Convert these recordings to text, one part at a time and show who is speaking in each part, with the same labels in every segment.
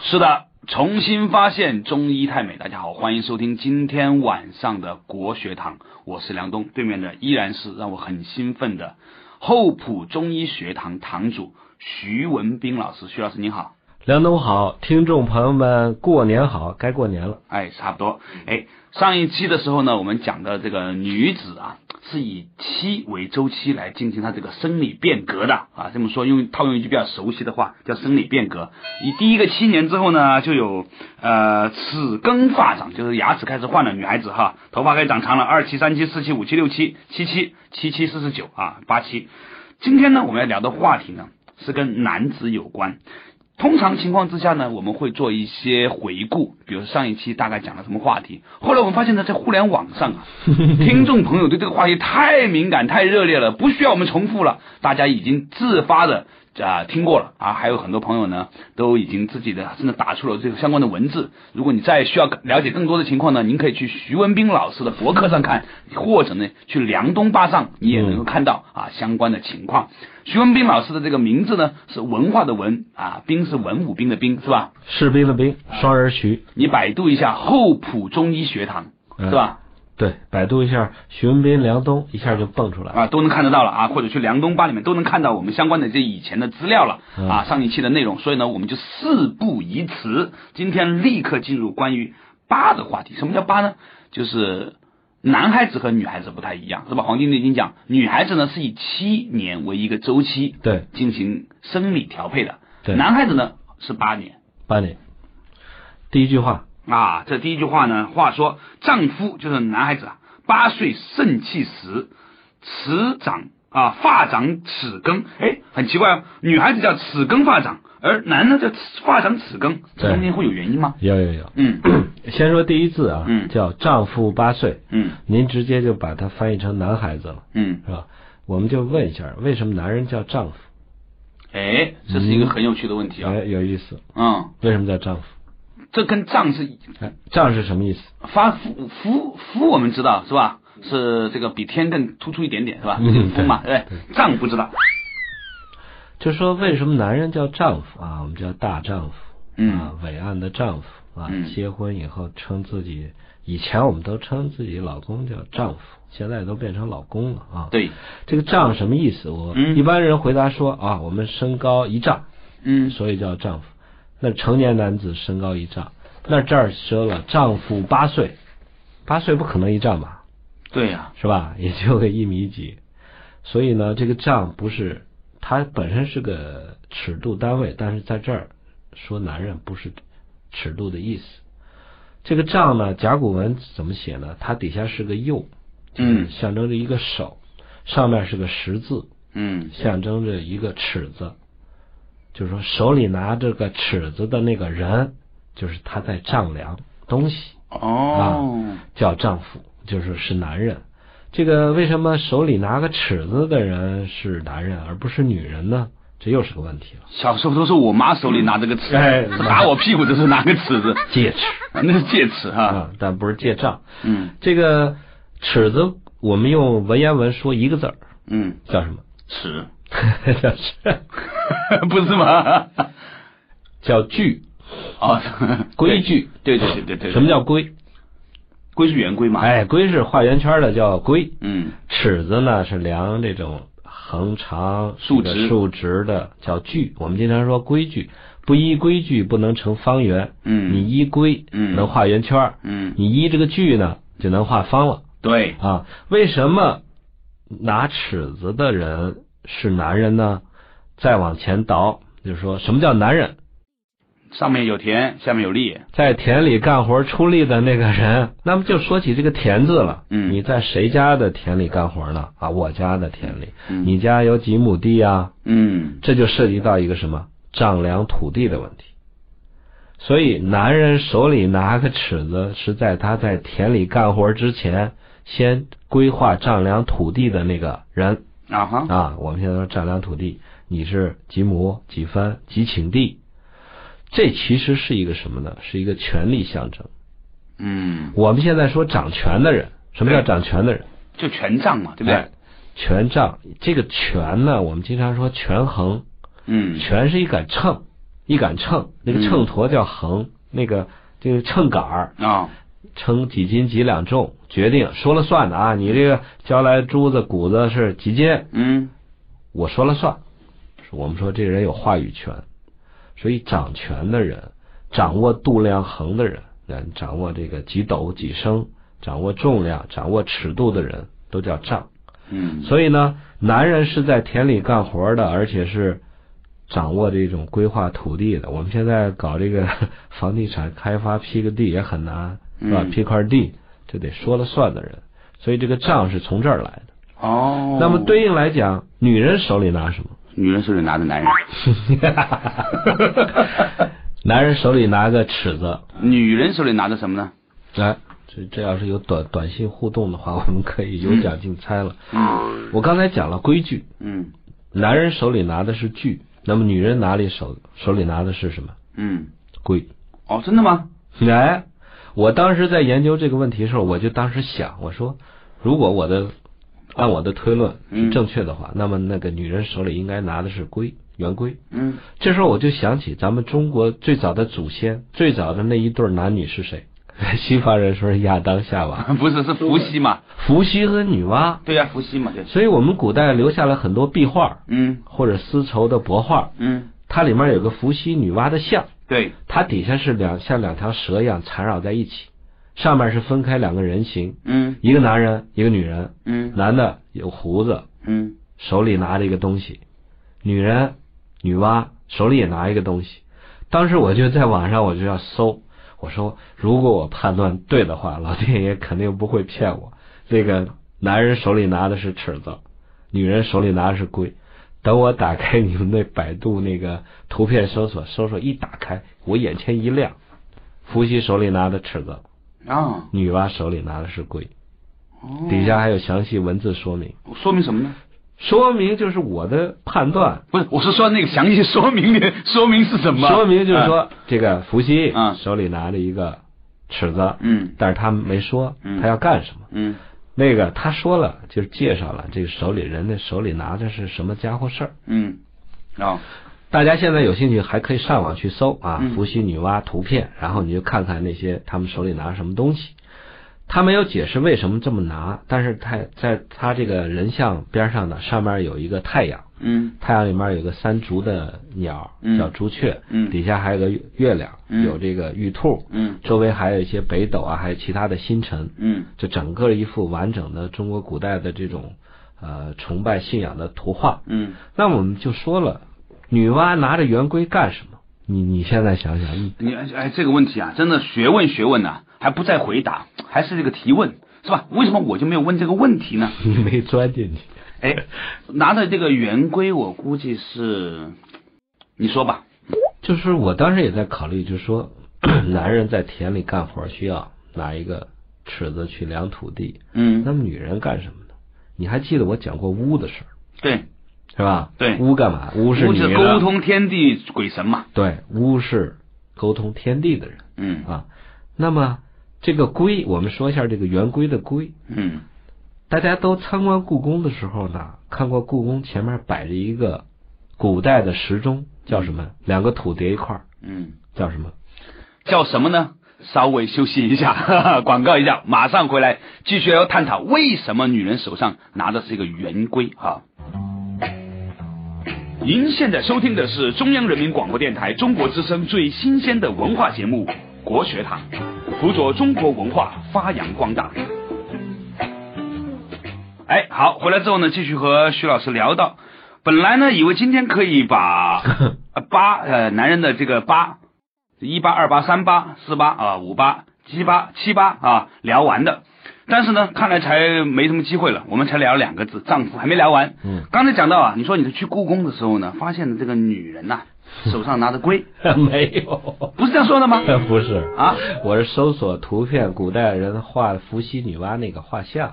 Speaker 1: 是的，重新发现中医太美。大家好，欢迎收听今天晚上的国学堂，我是梁东，对面的依然是让我很兴奋的厚朴中医学堂堂主徐文斌老师。徐老师您好，
Speaker 2: 梁东好，听众朋友们，过年好，该过年了。
Speaker 1: 哎，差不多。哎，上一期的时候呢，我们讲的这个女子啊，是以期为周期来进行她这个生理变革的啊。这么说，用套用一句比较熟悉的话，叫生理变革。以第一个七年之后呢，就有呃齿根发长，就是牙齿开始换了，女孩子哈，头发开始长长了，二期、三期、四期、五期、六期、七期、七期四十九啊，八期。今天呢，我们要聊的话题呢，是跟男子有关。通常情况之下呢，我们会做一些回顾，比如上一期大概讲了什么话题。后来我们发现呢，在互联网上啊，听众朋友对这个话题太敏感、太热烈了，不需要我们重复了，大家已经自发的啊、听过了啊。还有很多朋友呢，都已经自己的甚至打出了这个相关的文字。如果你再需要了解更多的情况呢，您可以去徐文斌老师的博客上看，或者呢去梁东坝上，你也能够看到啊相关的情况。徐文斌老师的这个名字呢是文化的文啊，兵是文武兵的兵是吧？
Speaker 2: 士兵的兵，
Speaker 1: 啊
Speaker 2: 双人徐，
Speaker 1: 你百度一下厚朴中医学堂
Speaker 2: 嗯
Speaker 1: 是吧？
Speaker 2: 对，百度一下徐文斌、梁东，一下就蹦出来了。
Speaker 1: 啊，都能看得到了啊，或者去梁东吧里面都能看到我们相关的这以前的资料了
Speaker 2: 嗯
Speaker 1: 啊，上一期的内容。所以呢，我们就事不宜迟，今天立刻进入关于八的话题。什么叫八呢？就是男孩子和女孩子不太一样，是吧？《黄帝内经》讲，女孩子呢是以七年为一个周期
Speaker 2: 对，
Speaker 1: 进行生理调配的，
Speaker 2: 对
Speaker 1: 男孩子呢是八年。
Speaker 2: 八年，第一句话，
Speaker 1: 啊，这第一句话呢，话说丈夫就是男孩子啊，八岁肾气时，齿长啊，发长齿根，哎，很奇怪、哦，女孩子叫齿根发长，而男呢叫齿发长齿根，这
Speaker 2: 对
Speaker 1: 中间会有原因吗？
Speaker 2: 有有有。
Speaker 1: 嗯
Speaker 2: 先说第一字啊，
Speaker 1: 嗯
Speaker 2: 叫丈夫八岁，
Speaker 1: 嗯
Speaker 2: 您直接就把它翻译成男孩子了，
Speaker 1: 嗯，
Speaker 2: 是吧？我们就问一下，为什么男人叫丈夫？
Speaker 1: 哎，这是一个很有趣的问题啊，
Speaker 2: 哎，有意思，
Speaker 1: 嗯，
Speaker 2: 为什么叫丈夫？
Speaker 1: 这跟丈是
Speaker 2: 哎丈是什么意思？
Speaker 1: 发夫夫夫，我们知道是吧？是这个比天更突出一点点是吧？
Speaker 2: 嗯
Speaker 1: 这个夫嘛，对不对，丈不知道，
Speaker 2: 就说为什么男人叫丈夫啊？我们叫大丈夫。
Speaker 1: 嗯
Speaker 2: 啊，伟岸的丈夫啊
Speaker 1: 嗯，
Speaker 2: 结婚以后称自己，以前我们都称自己老公叫丈夫，现在都变成老公了啊。，
Speaker 1: 对，
Speaker 2: 这个丈什么意思？我
Speaker 1: 嗯
Speaker 2: 一般人回答说啊，我们身高一丈，
Speaker 1: 嗯
Speaker 2: 所以叫丈夫。那成年男子身高一丈，那这儿说了丈夫八岁，八岁不可能一丈吧，
Speaker 1: 对啊呀、
Speaker 2: 是吧？也就个一米几，所以呢，这个丈不是它本身是个尺度单位，但是在这儿说男人不是尺度的意思。这个丈呢，甲骨文怎么写呢？它底下是个右，就是
Speaker 1: 嗯
Speaker 2: 象征着一个手，上面是个十字，
Speaker 1: 嗯
Speaker 2: 象征着一个尺子，就是说手里拿着个尺子的那个人，就是他在丈量东西。
Speaker 1: 哦。
Speaker 2: 叫丈夫，就是是男人。这个为什么手里拿个尺子的人是男人而不是女人呢？这又是个问题了。
Speaker 1: 小时候都是我妈手里拿着个尺，
Speaker 2: 哎
Speaker 1: 打我屁股就是拿个尺子，
Speaker 2: 戒尺
Speaker 1: 啊那是戒尺哈。
Speaker 2: 啊，但不是戒丈。
Speaker 1: 嗯
Speaker 2: 这个尺子，我们用文言文说一个字儿
Speaker 1: 嗯，
Speaker 2: 叫什么？
Speaker 1: 尺，
Speaker 2: 叫尺
Speaker 1: 不是吗？
Speaker 2: 叫矩，
Speaker 1: 哦，
Speaker 2: 规矩。
Speaker 1: 对，对对对对对。
Speaker 2: 什么叫规？
Speaker 1: 归是圆规嘛？
Speaker 2: 哎，规是画圆圈的叫规，
Speaker 1: 嗯
Speaker 2: 尺子呢是量这种横长
Speaker 1: 竖
Speaker 2: 这个
Speaker 1: 直
Speaker 2: 竖直的叫矩。我们经常说规矩，不依规矩不能成方圆。
Speaker 1: 嗯
Speaker 2: 你依规
Speaker 1: 嗯
Speaker 2: 能画圆圈儿，
Speaker 1: 嗯，
Speaker 2: 你依这个矩呢就能画方了
Speaker 1: 对，
Speaker 2: 啊。为什么拿尺子的人是男人呢？再往前倒，就是说什么叫男人？
Speaker 1: 上面有田，下面有力。
Speaker 2: 在田里干活出力的那个人，那么就说起这个田字了。
Speaker 1: 嗯
Speaker 2: 你在谁家的田里干活呢？啊，我家的田里。
Speaker 1: 嗯
Speaker 2: 你家有几亩地啊？
Speaker 1: 嗯
Speaker 2: 这就涉及到一个什么丈量土地的问题。所以，男人手里拿个尺子，是在他在田里干活之前，先规划丈量土地的那个人
Speaker 1: 啊哈，
Speaker 2: 啊。我们现在说丈量土地，你是几亩、几分、几顷地，这其实是一个什么呢？是一个权力象征。
Speaker 1: 嗯，
Speaker 2: 我们现在说掌权的人，什么叫掌权的人？
Speaker 1: 就权杖嘛，对不对？
Speaker 2: 哎权杖，这个权呢，我们经常说权衡，
Speaker 1: 嗯
Speaker 2: 权是一杆秤，一杆秤，那个秤砣叫衡，那个就是秤杆儿，
Speaker 1: 啊，
Speaker 2: 称几斤几两重，决定说了算的啊。你这个交来珠子谷子是几斤，
Speaker 1: 嗯
Speaker 2: 我说了算。我们说这个人有话语权，所以掌权的人，掌握度量衡的人，嗯，掌握这个几斗几升，掌握重量、掌握尺度的人，都叫丈。
Speaker 1: 嗯，
Speaker 2: 所以呢，男人是在田里干活的，而且是掌握这种规划土地的。我们现在搞这个 房地产开发，批个地也很难，是吧？
Speaker 1: 嗯
Speaker 2: 批块地，这得说了算的人。所以这个账是从这儿来的。
Speaker 1: 哦，
Speaker 2: 那么对应来讲，女人手里拿什么？
Speaker 1: 女人手里拿着男人，
Speaker 2: 男人手里拿个尺子，
Speaker 1: 女人手里拿着什么呢？
Speaker 2: 哎，这这要是有短短信互动的话，我们可以有奖竞猜了。
Speaker 1: 嗯
Speaker 2: 我刚才讲了规矩，
Speaker 1: 嗯
Speaker 2: 男人手里拿的是锯，那么女人哪里手手里拿的是什么？
Speaker 1: 嗯，
Speaker 2: 规。
Speaker 1: 哦，真的吗？
Speaker 2: 哎，我当时在研究这个问题的时候，我就当时想，我说，如果我的按我的推论
Speaker 1: 嗯
Speaker 2: 是正确的话，那么那个女人手里应该拿的是规圆规。
Speaker 1: 嗯，
Speaker 2: 这时候我就想起咱们中国最早的祖先，最早的那一对儿男女是谁？ 西方人说是亚当夏娃，
Speaker 1: 不是，是伏羲嘛？
Speaker 2: 伏羲和女娲。
Speaker 1: 对呀、伏羲嘛，对，
Speaker 2: 所以我们古代留下了很多壁画
Speaker 1: 嗯
Speaker 2: 或者丝绸的帛画，
Speaker 1: 嗯，
Speaker 2: 它里面有个伏羲、女娲的像，
Speaker 1: 对，
Speaker 2: 它底下是两像两条蛇一样缠绕在一起，上面是分开两个人形，
Speaker 1: 嗯
Speaker 2: 一个男人，一个女人，
Speaker 1: 嗯
Speaker 2: 男的有胡子，
Speaker 1: 嗯
Speaker 2: 手里拿着一个东西，女人女娲手里也拿一个东西。当时我就在网上我就要搜，我说如果我判断对的话，老天爷肯定不会骗我。这个男人手里拿的是尺子，女人手里拿的是龟。等我打开你们那百度那个图片搜索，搜索一打开，我眼前一亮，伏羲手里拿的尺子，
Speaker 1: 啊，
Speaker 2: 女娲手里拿的是龟，
Speaker 1: 哦
Speaker 2: 底下还有详细文字说明。
Speaker 1: 说明什么呢？
Speaker 2: 说明就是我的判断
Speaker 1: 不是，我是说那个详细说明的说明是什么？
Speaker 2: 说明就是
Speaker 1: 啊，
Speaker 2: 说，这个伏羲
Speaker 1: 嗯
Speaker 2: 手里拿着一个尺子，
Speaker 1: 嗯
Speaker 2: 但是他没说
Speaker 1: 嗯
Speaker 2: 他要干什么。
Speaker 1: 嗯
Speaker 2: 那个他说了，就是介绍了这个手里人的手里拿的是什么家伙事儿。
Speaker 1: 嗯，啊，
Speaker 2: 大家现在有兴趣还可以上网去搜啊
Speaker 1: 嗯，
Speaker 2: 伏羲女娲图片，然后你就看看那些他们手里拿什么东西。他没有解释为什么这么拿，但是他在他这个人像边上呢，上面有一个太阳，
Speaker 1: 嗯
Speaker 2: 太阳里面有个三足的鸟
Speaker 1: 嗯
Speaker 2: 叫朱雀，
Speaker 1: 嗯
Speaker 2: 底下还有个月月亮，
Speaker 1: 嗯
Speaker 2: 有这个玉兔，
Speaker 1: 嗯
Speaker 2: 周围还有一些北斗啊，还有其他的星辰，
Speaker 1: 嗯
Speaker 2: 这整个一幅完整的中国古代的这种呃崇拜信仰的图画。
Speaker 1: 嗯，
Speaker 2: 那我们就说了，女娲拿着圆规干什么？你你现在想想，你
Speaker 1: 你哎，这个问题啊，真的学问学问呐、还不在回答，还是这个提问，是吧？为什么我就没有问这个问题呢？
Speaker 2: 你没钻进去，
Speaker 1: 哎，拿着这个圆规，我估计是，你说吧，
Speaker 2: 就是我当时也在考虑，就是说 男人在田里干活需要拿一个尺子去量土地，那
Speaker 1: 嗯，
Speaker 2: 么女人干什么呢？你还记得我讲过巫的事儿
Speaker 1: 对，
Speaker 2: 是吧？
Speaker 1: 对
Speaker 2: 巫干嘛？巫是
Speaker 1: 估
Speaker 2: 女
Speaker 1: 计
Speaker 2: 的，
Speaker 1: 沟通天地鬼神嘛，
Speaker 2: 对，巫是沟通天地的人
Speaker 1: 嗯
Speaker 2: 啊。那么这个龟，我们说一下这个圆规的龟。
Speaker 1: 嗯
Speaker 2: 大家都参观故宫的时候呢，看过故宫前面摆着一个古代的时钟，叫什么？两个土叠一块儿，
Speaker 1: 嗯，
Speaker 2: 叫什么？
Speaker 1: 叫什么呢？稍微休息一下， 哈哈，广告一下，马上回来继续要探讨为什么女人手上拿的是一个圆规啊。您现在收听的是中央人民广播电台中国之声最新鲜的文化节目《国学堂》，辅佐中国文化发扬光大。哎，好，回来之后呢，继续和徐老师聊到，本来呢，以为今天可以把呃八呃男人的这个八一八二八三八四八啊五八七八七八啊聊完的，但是呢，看来才没什么机会了，我们才聊了两个字，丈夫还没聊完。
Speaker 2: 嗯，
Speaker 1: 刚才讲到啊，你说你去故宫的时候呢，发现了这个女人呐、手上拿着龟，
Speaker 2: 没有，
Speaker 1: 不是这样说的吗？
Speaker 2: 不是
Speaker 1: 啊，
Speaker 2: 我是搜索图片，古代人画伏羲、女娲那个画像。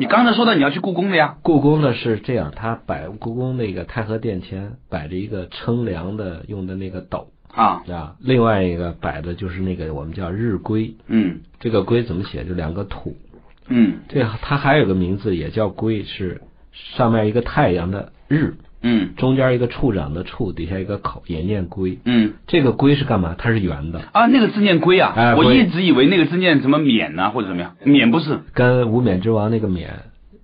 Speaker 1: 你刚才说到你要去故宫的呀，
Speaker 2: 故宫呢是这样，它摆故宫那个太和殿前摆着一个称量的用的那个斗
Speaker 1: 啊，
Speaker 2: 啊，另外一个摆的就是那个我们叫日龟，
Speaker 1: 嗯
Speaker 2: 这个龟怎么写？就两个土，
Speaker 1: 嗯
Speaker 2: 这它还有个名字也叫龟，是上面一个太阳的日，
Speaker 1: 嗯
Speaker 2: 中间一个处长的处，底下一个口，也念龟。
Speaker 1: 嗯
Speaker 2: 这个龟是干嘛？它是圆的，
Speaker 1: 啊，那个字念龟啊，
Speaker 2: 哎
Speaker 1: 我
Speaker 2: 龟
Speaker 1: 一直以为那个字念什么免呐、或者怎么样，免不是。
Speaker 2: 跟无冕之王那个冕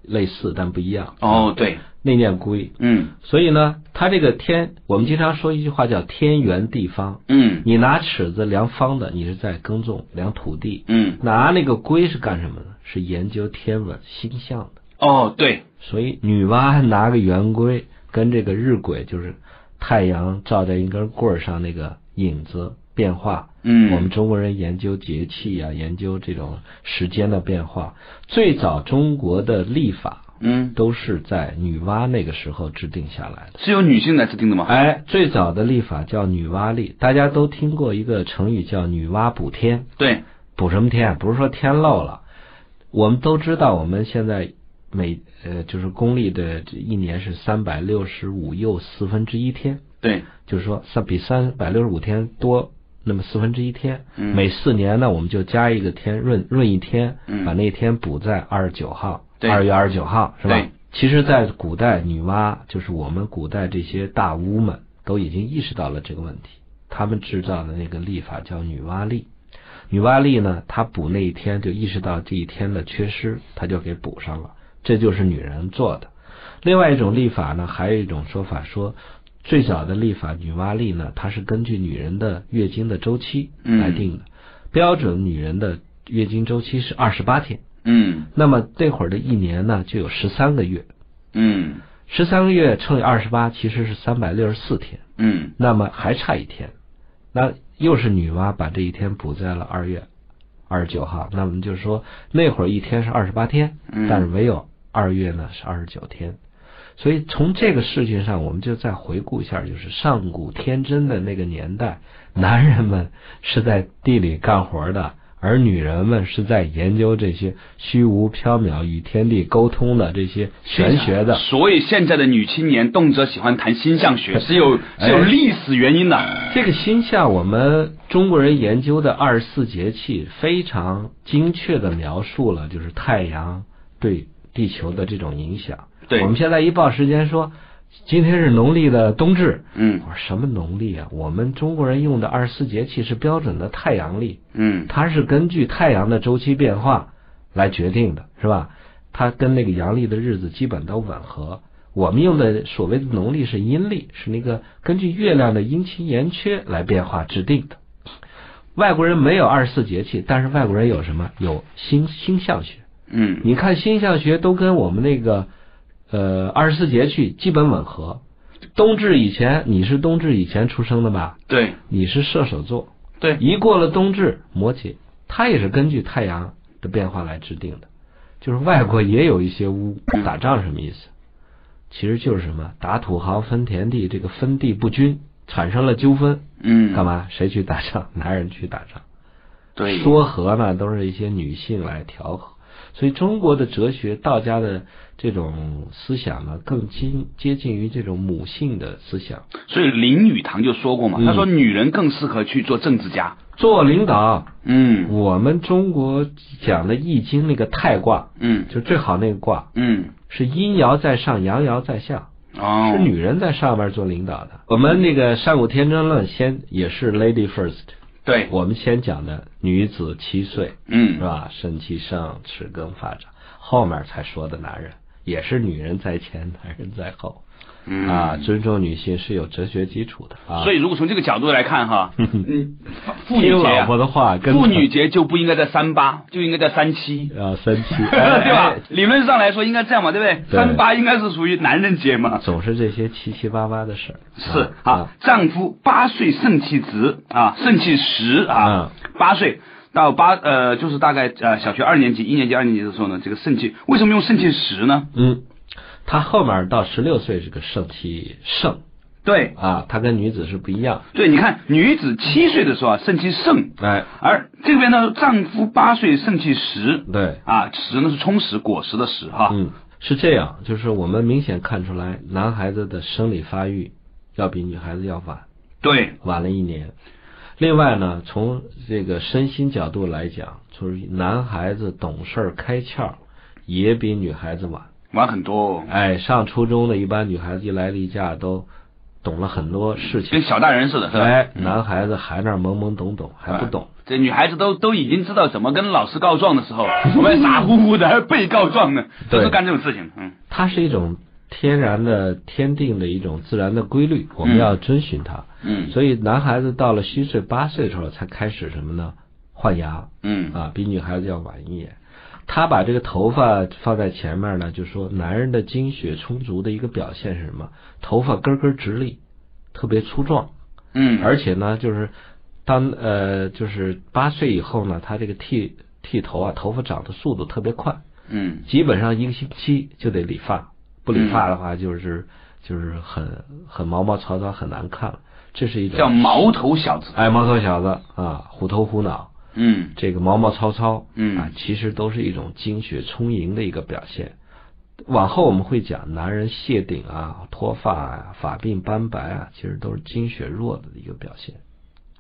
Speaker 2: 类似，但不一样。
Speaker 1: 哦，对，
Speaker 2: 那念龟。
Speaker 1: 嗯
Speaker 2: 所以呢，它这个天，我们经常说一句话叫天圆地方。
Speaker 1: 嗯
Speaker 2: 你拿尺子量方的，你是在耕种量土地；
Speaker 1: 嗯，
Speaker 2: 拿那个龟是干什么呢？是研究天文星象的。
Speaker 1: 哦，对，
Speaker 2: 所以女娲还拿个圆规跟这个日晷，就是太阳照在一根棍儿上那个影子变化。
Speaker 1: 嗯，
Speaker 2: 我们中国人研究节气啊，研究这种时间的变化。最早中国的历法
Speaker 1: 嗯
Speaker 2: 都是在女娲那个时候制定下来的。
Speaker 1: 是由女性来制定的吗？
Speaker 2: 哎，最早的历法叫女娲历，大家都听过一个成语叫女娲补天，
Speaker 1: 对，
Speaker 2: 补什么天？不是说天漏了，我们都知道，我们现在每呃就是公历的这一年是三百六十五又四分之一天，
Speaker 1: 对，
Speaker 2: 就是说三比三百六十五天多那么四分之一天，
Speaker 1: 嗯
Speaker 2: 每四年呢我们就加一个天闰闰一天，
Speaker 1: 嗯
Speaker 2: 把那天补在二十九号，
Speaker 1: 对
Speaker 2: 二月二十九号是吧
Speaker 1: 对？
Speaker 2: 其实，在古代，女娲就是我们古代这些大巫们都已经意识到了这个问题，他们制造的那个历法叫女娲历。女娲历呢，她补那一天就意识到这一天的缺失，她就给补上了，这就是女人做的。另外一种历法呢，还有一种说法说，最早的历法女娲历呢，它是根据女人的月经的周期来定的，
Speaker 1: 嗯
Speaker 2: 标准女人的月经周期是二十八天，
Speaker 1: 嗯
Speaker 2: 那么那会儿的一年呢就有十三个月，
Speaker 1: 嗯
Speaker 2: 十三个月乘以二十八其实是三百六十四天，
Speaker 1: 嗯
Speaker 2: 那么还差一天，那又是女娲把这一天补在了二月二十九号，那么就是说那会儿一天是二十八天，
Speaker 1: 嗯
Speaker 2: 但是唯有二月呢是二十九天，所以从这个事情上，我们就再回顾一下，就是上古天真的那个年代，男人们是在地里干活的，而女人们是在研究这些虚无缥缈与天地沟通的这些玄学的。
Speaker 1: 所以现在的女青年动辄喜欢谈星象学，是有
Speaker 2: 哎
Speaker 1: 是有历史原因的。
Speaker 2: 这个星象，我们中国人研究的二十四节气非常精确的描述了，就是太阳对地球的这种影响。
Speaker 1: 对
Speaker 2: 我们现在一报时间说，今天是农历的冬至。我
Speaker 1: 嗯
Speaker 2: 说什么农历啊？我们中国人用的二十四节气是标准的太阳历，
Speaker 1: 嗯
Speaker 2: 它是根据太阳的周期变化来决定的，是吧？它跟那个阳历的日子基本都吻合。我们用的所谓的农历是阴历，是那个根据月亮的阴晴圆缺来变化制定的。外国人没有二十四节气，但是外国人有什么？有星星象学。
Speaker 1: 嗯
Speaker 2: 你看星象学都跟我们那个呃二十四节气基本吻合。冬至以前，你是冬至以前出生的吧？
Speaker 1: 对
Speaker 2: 你是射手座，
Speaker 1: 对
Speaker 2: 一过了冬至，摩羯，它也是根据太阳的变化来制定的。就是外国也有一些巫打仗什么意思？其实就是什么打土豪分田地，这个分地不均产生了纠纷，
Speaker 1: 嗯
Speaker 2: 干？嘛？谁去打仗？ 男人去打仗。
Speaker 1: 对
Speaker 2: 说和呢，都是一些女性来调和。所以中国的哲学，道家的这种思想呢，更近接近于这种母性的思想。
Speaker 1: 所以林语堂就说过嘛，
Speaker 2: 嗯
Speaker 1: 他说女人更适合去做政治家。
Speaker 2: 做领导，
Speaker 1: 嗯
Speaker 2: 我们中国讲的《易经》那个太卦，
Speaker 1: 嗯
Speaker 2: 就最好那个卦
Speaker 1: 嗯
Speaker 2: 是阴爻在上，阳爻在下，
Speaker 1: 哦，
Speaker 2: 是女人在上面做领导的。我们那个上古天真论先也是 lady first，
Speaker 1: 对
Speaker 2: 我们先讲的女子七岁，是
Speaker 1: 嗯
Speaker 2: 吧？肾气盛，齿更发展，后面才说的男人，也是女人在前，男人在后
Speaker 1: 嗯
Speaker 2: 啊。尊重女性是有哲学基础的啊。
Speaker 1: 所以，如果从这个角度来看 哈，嗯，妇女
Speaker 2: 听
Speaker 1: 节
Speaker 2: 老
Speaker 1: 啊
Speaker 2: 婆的话，跟
Speaker 1: 妇女节就不应该在三八，就应该在三七，
Speaker 2: 啊三 七， 哎
Speaker 1: 对吧
Speaker 2: 哎？
Speaker 1: 理论上来说应该这样嘛，对不对？
Speaker 2: 对
Speaker 1: 三八应该是属于男人节嘛。
Speaker 2: 总是这些七七八八的事儿。
Speaker 1: 是
Speaker 2: 啊
Speaker 1: 啊，丈夫八岁肾气值啊，肾气时啊，
Speaker 2: 嗯
Speaker 1: 八岁到八呃，就是大概呃小学二年级、一年级、二年级的时候呢，这个肾气为什么用肾气时呢？
Speaker 2: 嗯，他后面到十六岁这个盛气盛
Speaker 1: 对
Speaker 2: 啊，他跟女子是不一样。
Speaker 1: 对，你看女子七岁的时候啊，肾气盛，
Speaker 2: 哎，
Speaker 1: 而这边呢，丈夫八岁肾气时
Speaker 2: 对，
Speaker 1: 啊，时呢是充实果实的实哈，
Speaker 2: 嗯，是这样，就是我们明显看出来，男孩子的生理发育要比女孩子要晚，
Speaker 1: 对，
Speaker 2: 晚了一年。另外呢，从这个身心角度来讲，就是男孩子懂事儿开窍也比女孩子晚。
Speaker 1: 玩很多哦，
Speaker 2: 哎，上初中的一般女孩子一来例假都懂了很多事情，
Speaker 1: 跟小大人似的，是吧？
Speaker 2: 哎，
Speaker 1: 嗯哎
Speaker 2: 男孩子还那儿懵懵懂懂，还不懂。
Speaker 1: 这女孩子都都已经知道怎么跟老师告状的时候，我们傻乎乎的还被告状呢，都是
Speaker 2: 对
Speaker 1: 干这种事情。嗯，
Speaker 2: 它是一种天然的、天定的一种自然的规律，我
Speaker 1: 嗯
Speaker 2: 们要遵循它。
Speaker 1: 嗯
Speaker 2: 所以男孩子到了虚岁八岁的时候才开始什么呢？换牙
Speaker 1: 嗯
Speaker 2: 啊，比女孩子要晚一点。他把这个头发放在前面呢，就说男人的精血充足的一个表现是什么？头发根根直立，特别粗壮，
Speaker 1: 嗯，
Speaker 2: 而且呢，就是当呃，就是八岁以后呢，他这个剃剃头啊，头发长的速度特别快，
Speaker 1: 嗯
Speaker 2: 基本上一个星期就得理发，不理发的
Speaker 1: 嗯
Speaker 2: 话就是、就是很很毛毛糙糙，很难看了。这是一
Speaker 1: 叫
Speaker 2: 种
Speaker 1: 毛头小子。
Speaker 2: 哎毛头小子啊，虎头虎脑，
Speaker 1: 嗯
Speaker 2: 这个毛毛糙糙，
Speaker 1: 嗯
Speaker 2: 啊，其实都是一种精血充盈的一个表现。往后我们会讲，男人谢顶啊、脱发啊、发鬓斑白啊，其实都是精血弱的一个表现。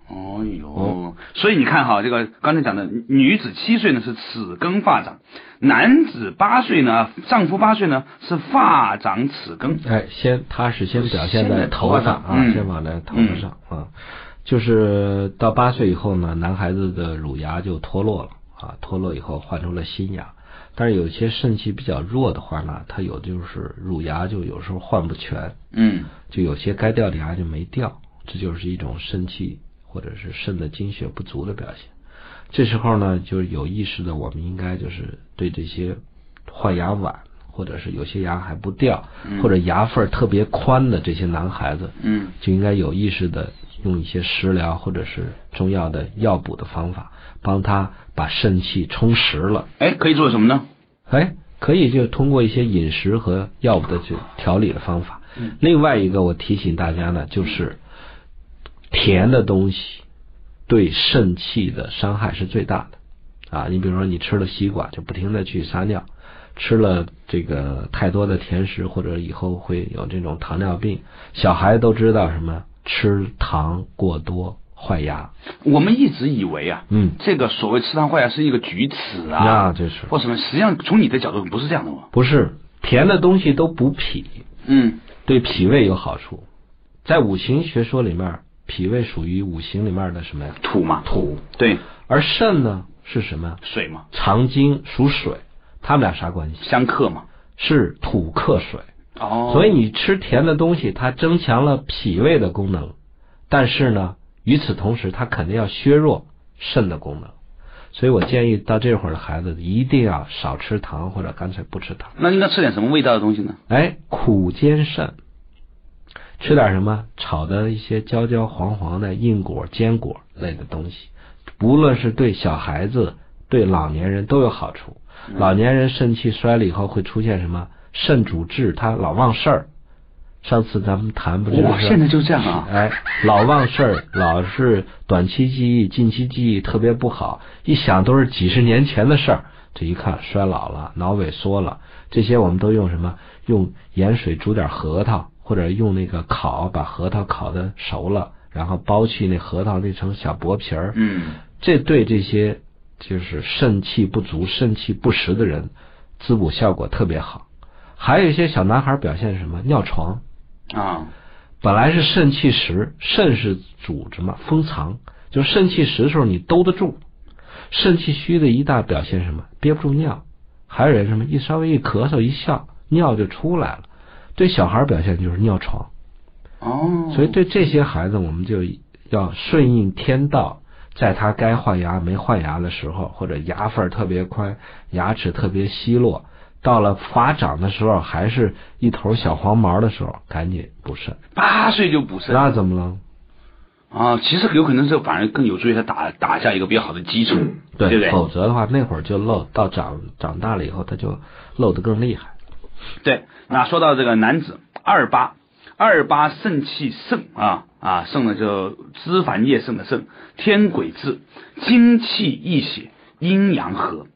Speaker 1: 哦呦，所以你看哈，这个刚才讲的女子七岁呢是齿根发长，男子八岁呢，丈夫八岁呢是发长齿根。
Speaker 2: 哎，先他是先表现
Speaker 1: 先在
Speaker 2: 在
Speaker 1: 头
Speaker 2: 头
Speaker 1: 发
Speaker 2: 发
Speaker 1: 上
Speaker 2: 上
Speaker 1: 嗯
Speaker 2: 啊，先往在头发上啊，就是到八岁以后呢，男孩子的乳牙就脱落了啊，脱落以后换出了新牙。但是有一些肾气比较弱的话呢，他有就是乳牙就有时候换不全，
Speaker 1: 嗯
Speaker 2: 就有些该掉的牙就没掉，这就是一种肾气或者是肾的精血不足的表现。这时候呢，就是有意识的，我们应该就是对这些换牙晚，或者是有些牙还不掉，或者牙缝儿特别宽的这些男孩子，
Speaker 1: 嗯
Speaker 2: 就应该有意识的用一些食疗或者是中药的药补的方法，帮他把肾气充实了。
Speaker 1: 哎，可以做什么呢？
Speaker 2: 哎，可以就通过一些饮食和药物的这调理的方法。另外一个，我提醒大家呢，就是甜的东西对肾气的伤害是最大的啊。你比如说，你吃了西瓜就不停的去撒尿，吃了这个太多的甜食，或者以后会有这种糖尿病。小孩都知道什么，吃糖过多坏牙。
Speaker 1: 我们一直以为啊，
Speaker 2: 嗯，
Speaker 1: 这个所谓吃糖坏牙是一个举止啊，
Speaker 2: 那这是
Speaker 1: 或什么，实际上从你的角度不是这样的哦。
Speaker 2: 不是甜的东西都补脾？
Speaker 1: 嗯
Speaker 2: 对脾胃有好处。在五行学说里面，脾胃属于五行里面的什么呀？
Speaker 1: 土嘛，
Speaker 2: 土。
Speaker 1: 对，
Speaker 2: 而肾呢是什么呀？
Speaker 1: 水嘛，
Speaker 2: 藏经属水，他们俩啥关系？
Speaker 1: 相克嘛。
Speaker 2: 是土克水，
Speaker 1: 哦
Speaker 2: 所以你吃甜的东西，它增强了脾胃的功能，但是呢，与此同时，它肯定要削弱肾的功能。所以我建议到这会儿的孩子一定要少吃糖，或者干脆不吃糖。
Speaker 1: 那应该吃点什么味道的东西呢？
Speaker 2: 哎，苦煎肾，吃点什么炒的一些焦焦黄黄的硬果、坚果类的东西，无论是对小孩子、对老年人都有好处。老年人肾气衰了以后会出现什么？肾主滞，他老忘事儿。上次咱们谈不就是？
Speaker 1: 哇现在就这样啊
Speaker 2: 哎，老忘事儿，老是短期记忆、近期记忆特别不好，一想都是几十年前的事儿。这一看衰老了，脑萎缩了，这些我们都用什么？用盐水煮点核桃，或者用那个烤，把核桃烤的熟了，然后剥去那核桃那层小薄皮儿。
Speaker 1: 嗯，
Speaker 2: 这对这些就是肾气不足、肾气不实的人，滋补效果特别好。还有一些小男孩表现什么尿床，
Speaker 1: 啊，
Speaker 2: 本来是肾气实，肾是组织嘛，封藏，就是肾气实的时候你兜得住，肾气虚的一大表现是什么憋不住尿，还有人什么一稍微一咳嗽一笑尿就出来了，对小孩表现就是尿床。
Speaker 1: 哦，
Speaker 2: 所以对这些孩子，我们就要顺应天道，在他该换牙没换牙的时候，或者牙缝儿特别宽，牙齿特别稀落，到了发长的时候，还是一头小黄毛的时候，赶紧补肾。
Speaker 1: 八岁就补肾
Speaker 2: 那怎么了？
Speaker 1: 啊，其实有可能是反而更有助于他打打下一个比较好的基础，不对？
Speaker 2: 否则的话，那会儿就漏，到长长大了以后，他就漏得更厉害。
Speaker 1: 对，
Speaker 2: 嗯
Speaker 1: 那说到这个男子二八，二八肾气盛啊啊盛呢就枝繁叶盛的盛，天癸至，精气一血，阴阳合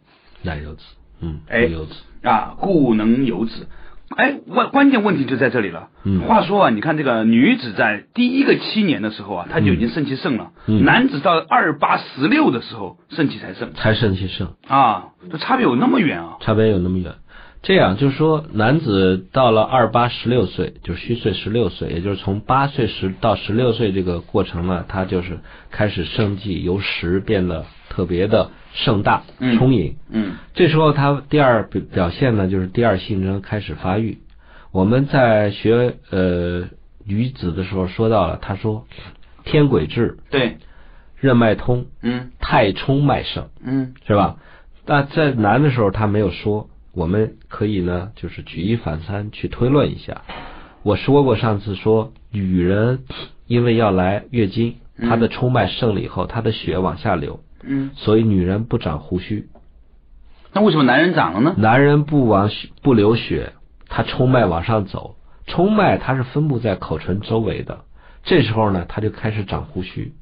Speaker 2: 奶油子，嗯，
Speaker 1: 哎
Speaker 2: 油子，
Speaker 1: 啊，故能有子。哎，关关键问题就在这里了。
Speaker 2: 嗯
Speaker 1: 话说啊，你看这个女子在第一个七年的时候啊，她就已经肾气盛了。
Speaker 2: 嗯
Speaker 1: 男子到二八十六的时候，肾气才盛
Speaker 2: 才肾气盛，
Speaker 1: 啊，这差别有那么远啊。
Speaker 2: 差别有那么远。这样就是说，男子到了二八十六岁，就是虚岁十六岁，也就是从八岁十到十六岁这个过程呢，他就是开始生计由实变得特别的盛大
Speaker 1: 嗯、
Speaker 2: 充盈。
Speaker 1: 嗯
Speaker 2: 这时候他第二表表现呢，就是第二性征开始发育。我们在学呃女子的时候说到了，他说天癸至，
Speaker 1: 对，
Speaker 2: 任脉通，
Speaker 1: 嗯
Speaker 2: 太冲脉盛，
Speaker 1: 嗯
Speaker 2: 是吧？那在难的时候他没有说，我们可以呢，就是举一反三去推论一下。我说过上次说，女人因为要来月经，她的冲脉盛了以后，她的血往下流，
Speaker 1: 嗯，
Speaker 2: 所以女人不长胡须。
Speaker 1: 那为什么男人长了呢？
Speaker 2: 男人不往血不流血，他冲脉往上走，冲脉它是分布在口唇周围的。这时候呢，他就开始长胡须。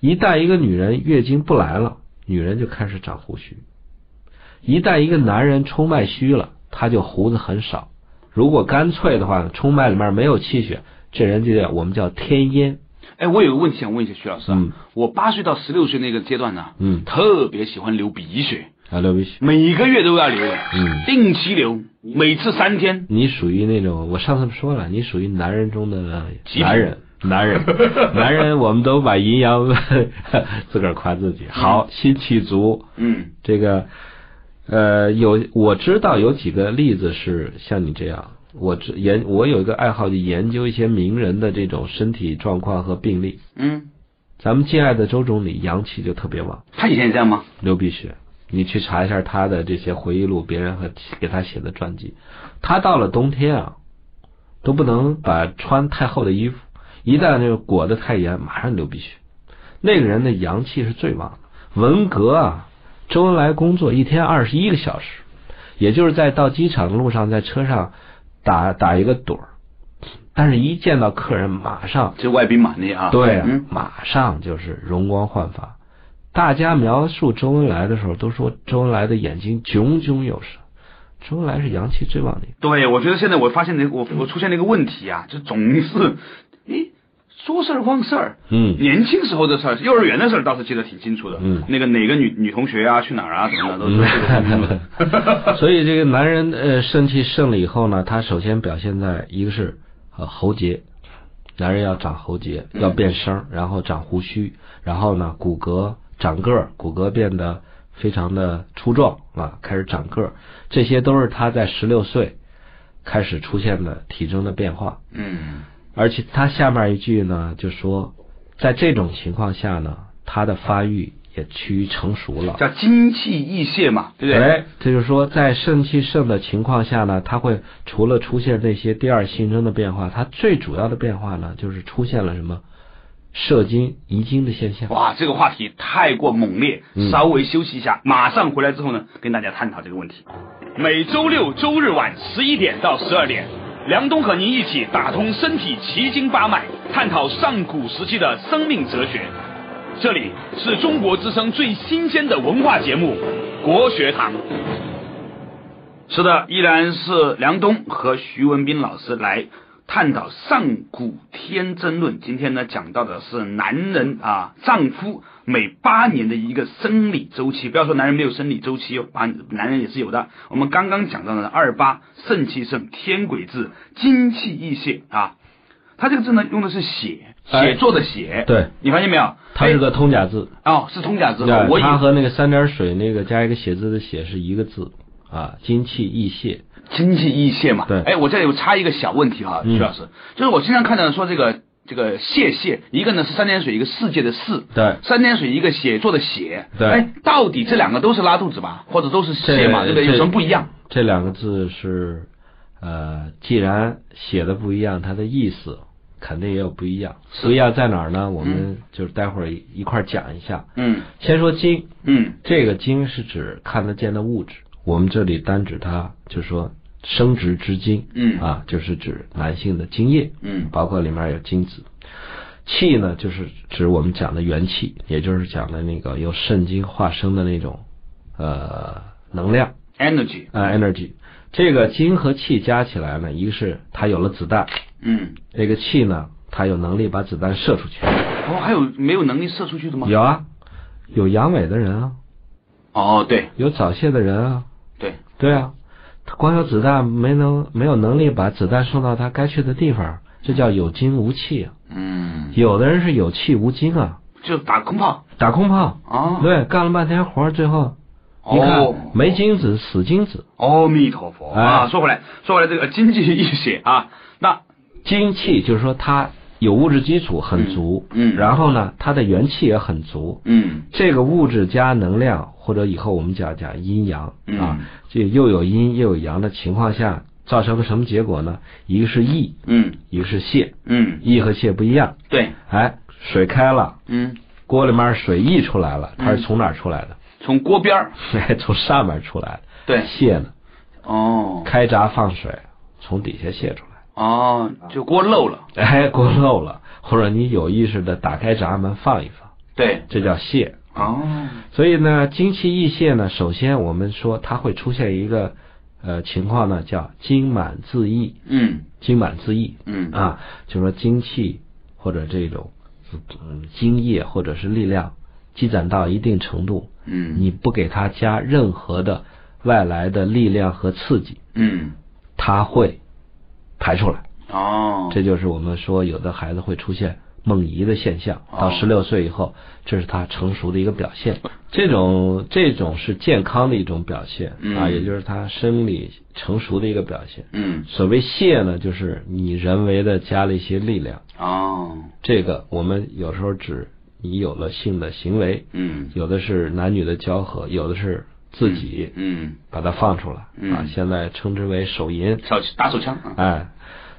Speaker 2: 一旦一个女人月经不来了，女人就开始长胡须；一旦一个男人冲脉虚了，他就胡子很少。如果干脆的话，冲脉里面没有气血，这人就叫我们叫天阴。
Speaker 1: 哎，我有个问题想问一下徐老师啊，
Speaker 2: 嗯
Speaker 1: 我八岁到十六岁那个阶段呢，
Speaker 2: 嗯
Speaker 1: 特别喜欢流鼻血，
Speaker 2: 啊，刘必须，
Speaker 1: 每个月都要流的，
Speaker 2: 嗯
Speaker 1: 定期流，每次三天。
Speaker 2: 你属于那种，我上次说了，你属于男人中的
Speaker 1: 极品
Speaker 2: 男人，男 人，男人，我们都把阴阳自个儿夸自己，好，心气足。
Speaker 1: 嗯
Speaker 2: 这个，呃，有我知道有几个例子是像你这样，我知研我有一个爱好，就研究一些名人的这种身体状况和病例。
Speaker 1: 嗯，
Speaker 2: 咱们敬爱的周总理阳气就特别旺，
Speaker 1: 他以前也这样吗？
Speaker 2: 流鼻血。你去查一下他的这些回忆录，别人和给他写的传记。他到了冬天啊，都不能把穿太厚的衣服，一旦就裹得太严，马上流鼻血。那个人的阳气是最旺的。文革啊，周恩来工作一天二十一个小时，也就是在到机场的路上，在车上打打一个盹儿，但是一见到客人，马上
Speaker 1: 这外宾满地啊。
Speaker 2: 对、啊
Speaker 1: 嗯，
Speaker 2: 马上就是容光焕发。大家描述周恩来的时候，都说周恩来的眼睛炯炯有神。周恩来是阳气最旺的一个，
Speaker 1: 对，我觉得现在我发现了一个我我出现了一个问题啊，就总是，诶，说事儿忘事儿。
Speaker 2: 嗯，
Speaker 1: 年轻时候的事儿，幼儿园的事儿倒是记得挺清楚的。
Speaker 2: 嗯
Speaker 1: 那个哪个女女同学啊，去哪儿啊，怎么的，都记得挺清楚的。
Speaker 2: 所以这个男人呃肾气盛了以后呢，他首先表现在一个是呃喉结，男人要长喉结，要变声儿，然后长胡须，然后呢骨骼长个儿，骨骼变得非常的粗壮啊，开始长个儿，这些都是他在十六岁开始出现的体征的变化。
Speaker 1: 嗯
Speaker 2: 而且他下面一句呢，就说在这种情况下呢，他的发育也趋于成熟了。
Speaker 1: 叫精气溢泄嘛，对不对？
Speaker 2: 哎，这就是说，在肾气盛的情况下呢，它会除了出现这些第二性征的变化，它最主要的变化呢，就是出现了什么射精、遗精的现象。
Speaker 1: 哇，这个话题太过猛烈，稍微休息一下，马上回来之后呢，跟大家探讨这个问题。每周六周日晚十一点到十二点，梁冬和您一起打通身体奇经八脉，探讨上古时期的生命哲学。这里是中国之声最新鲜的文化节目《国学堂》。是的，依然是梁冬和徐文斌老师来探讨上古天真论。今天呢，讲到的是男人啊，丈夫每八年的一个生理周期。不要说男人没有生理周期哦，啊，男人也是有的。我们刚刚讲到的二八肾气盛，天癸至，精气溢泄啊。他这个字呢，用的是血，
Speaker 2: 哎
Speaker 1: 写作的写。
Speaker 2: 对，
Speaker 1: 你发现没有？
Speaker 2: 它是个通假字，
Speaker 1: 哎哦，是通假字。
Speaker 2: 对
Speaker 1: 我以
Speaker 2: 它和那个三点水那个加一个写字的写是一个字啊，精气溢泄。
Speaker 1: 经济溢泄嘛。
Speaker 2: 对
Speaker 1: 哎，我这里有插一个小问题哈，
Speaker 2: 嗯
Speaker 1: 徐老师，就是我经常看到说这个这个谢谢，一个呢是三点水，一个世界的世，
Speaker 2: 对
Speaker 1: 三点水一个写作的写，
Speaker 2: 对
Speaker 1: 哎，到底这两个都是拉肚子吧，或者都是谢嘛，对不
Speaker 2: 这
Speaker 1: 对？有
Speaker 2: 这
Speaker 1: 什么不一样？
Speaker 2: 这两个字是呃，既然写的不一样，它的意思肯定也有不一样。不一样在哪儿呢？我们就是待会儿一一块儿讲一下。
Speaker 1: 嗯
Speaker 2: 先说精，
Speaker 1: 嗯
Speaker 2: 这个精是指看得见的物质，我们这里单指它，就是说生殖之精，
Speaker 1: 嗯
Speaker 2: 啊，就是指男性的精液，
Speaker 1: 嗯
Speaker 2: 包括里面有精子。气呢，就是指我们讲的元气，也就是讲的那个由肾精化生的那种呃能量
Speaker 1: ，energy，
Speaker 2: 啊、呃、energy。这个精和气加起来呢，一个是它有了子弹，
Speaker 1: 嗯，
Speaker 2: 那个气呢，它有能力把子弹射出去。
Speaker 1: 哦，还有没有能力射出去的吗？
Speaker 2: 有啊，有阳痿的人啊，
Speaker 1: 哦，对
Speaker 2: 有早泄的人啊，
Speaker 1: 对，
Speaker 2: 对啊，他光有子弹没能没有能力把子弹送到他该去的地方，这叫有精无气啊。
Speaker 1: 嗯，
Speaker 2: 有的人是有气无精啊，
Speaker 1: 就打空炮
Speaker 2: 打空炮，
Speaker 1: 啊。
Speaker 2: 对，干了半天活儿，最后一
Speaker 1: 哦
Speaker 2: 看没精子，死精子，
Speaker 1: 阿弥陀佛
Speaker 2: 哎
Speaker 1: 啊！说回来，说回来，这个经济一血啊，那
Speaker 2: 精气就是说他有物质基础很足，
Speaker 1: 嗯嗯
Speaker 2: 然后呢，他的元气也很足。
Speaker 1: 嗯
Speaker 2: 这个物质加能量，或者以后我们讲讲阴阳
Speaker 1: 嗯
Speaker 2: 啊，这又有阴又有阳的情况下，造成个什么结果呢？一个是溢，
Speaker 1: 嗯
Speaker 2: 一个是泄，
Speaker 1: 嗯，
Speaker 2: 溢和泄不一样。
Speaker 1: 对，
Speaker 2: 哎，水开了，
Speaker 1: 嗯，
Speaker 2: 锅里面水溢出来了，它是
Speaker 1: 嗯
Speaker 2: 从哪儿出来的？
Speaker 1: 从锅边儿，
Speaker 2: 哎，从上面出来的。
Speaker 1: 对，
Speaker 2: 泄呢，
Speaker 1: 哦
Speaker 2: 开闸放水，从底下泄出来。
Speaker 1: 哦，就锅漏了，
Speaker 2: 哎，锅漏了，或者你有意识的打开闸门放一放，
Speaker 1: 对，
Speaker 2: 这叫泄。
Speaker 1: 哦，
Speaker 2: 所以呢，精气溢泄呢，首先我们说它会出现一个呃情况呢，叫精满自溢，
Speaker 1: 嗯
Speaker 2: 精满自溢
Speaker 1: 嗯
Speaker 2: 啊，就说精气或者这种嗯精液或者是力量积攒到一定程度，
Speaker 1: 嗯
Speaker 2: 你不给它加任何的外来的力量和刺激，
Speaker 1: 嗯，
Speaker 2: 它会排出来。
Speaker 1: 哦，
Speaker 2: 这就是我们说有的孩子会出现梦遗的现象，到
Speaker 1: 哦
Speaker 2: 十六岁以后，这是他成熟的一个表现。这种这种是健康的一种表现啊，
Speaker 1: 嗯
Speaker 2: 也就是他生理成熟的一个表现。
Speaker 1: 嗯
Speaker 2: 所谓泄呢，就是你人为的加了一些力量。
Speaker 1: 哦，
Speaker 2: 这个我们有时候指你有了性的行为，
Speaker 1: 嗯
Speaker 2: 有的是男女的交合，有的是自己
Speaker 1: 嗯，
Speaker 2: 把它放出来啊
Speaker 1: 嗯，
Speaker 2: 现在称之为手淫。
Speaker 1: 手打手枪啊，
Speaker 2: 哎，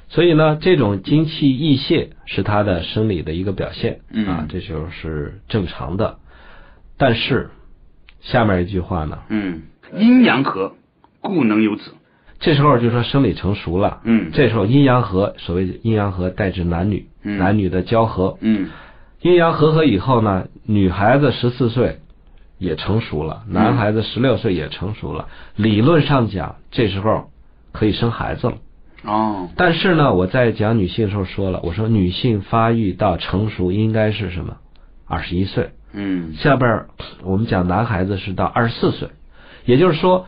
Speaker 2: 所以呢，这种精气溢泄是他的生理的一个表现，
Speaker 1: 嗯
Speaker 2: 啊，这就是正常的。但是下面一句话呢，
Speaker 1: 嗯，阴阳合，故能有子，
Speaker 2: 这时候就说生理成熟了，
Speaker 1: 嗯
Speaker 2: 这时候阴阳合，所谓阴阳合代指男女，
Speaker 1: 嗯
Speaker 2: 男女的交合，
Speaker 1: 嗯
Speaker 2: 阴阳合合以后呢，女孩子十四岁。也成熟了，
Speaker 1: 嗯
Speaker 2: 男孩子十六岁也成熟了。理论上讲，这时候可以生孩子了。
Speaker 1: 哦，
Speaker 2: 但是呢，我在讲女性的时候说了，我说女性发育到成熟应该是什么？二十一岁。
Speaker 1: 嗯
Speaker 2: 下边儿我们讲男孩子是到二十四岁，也就是说，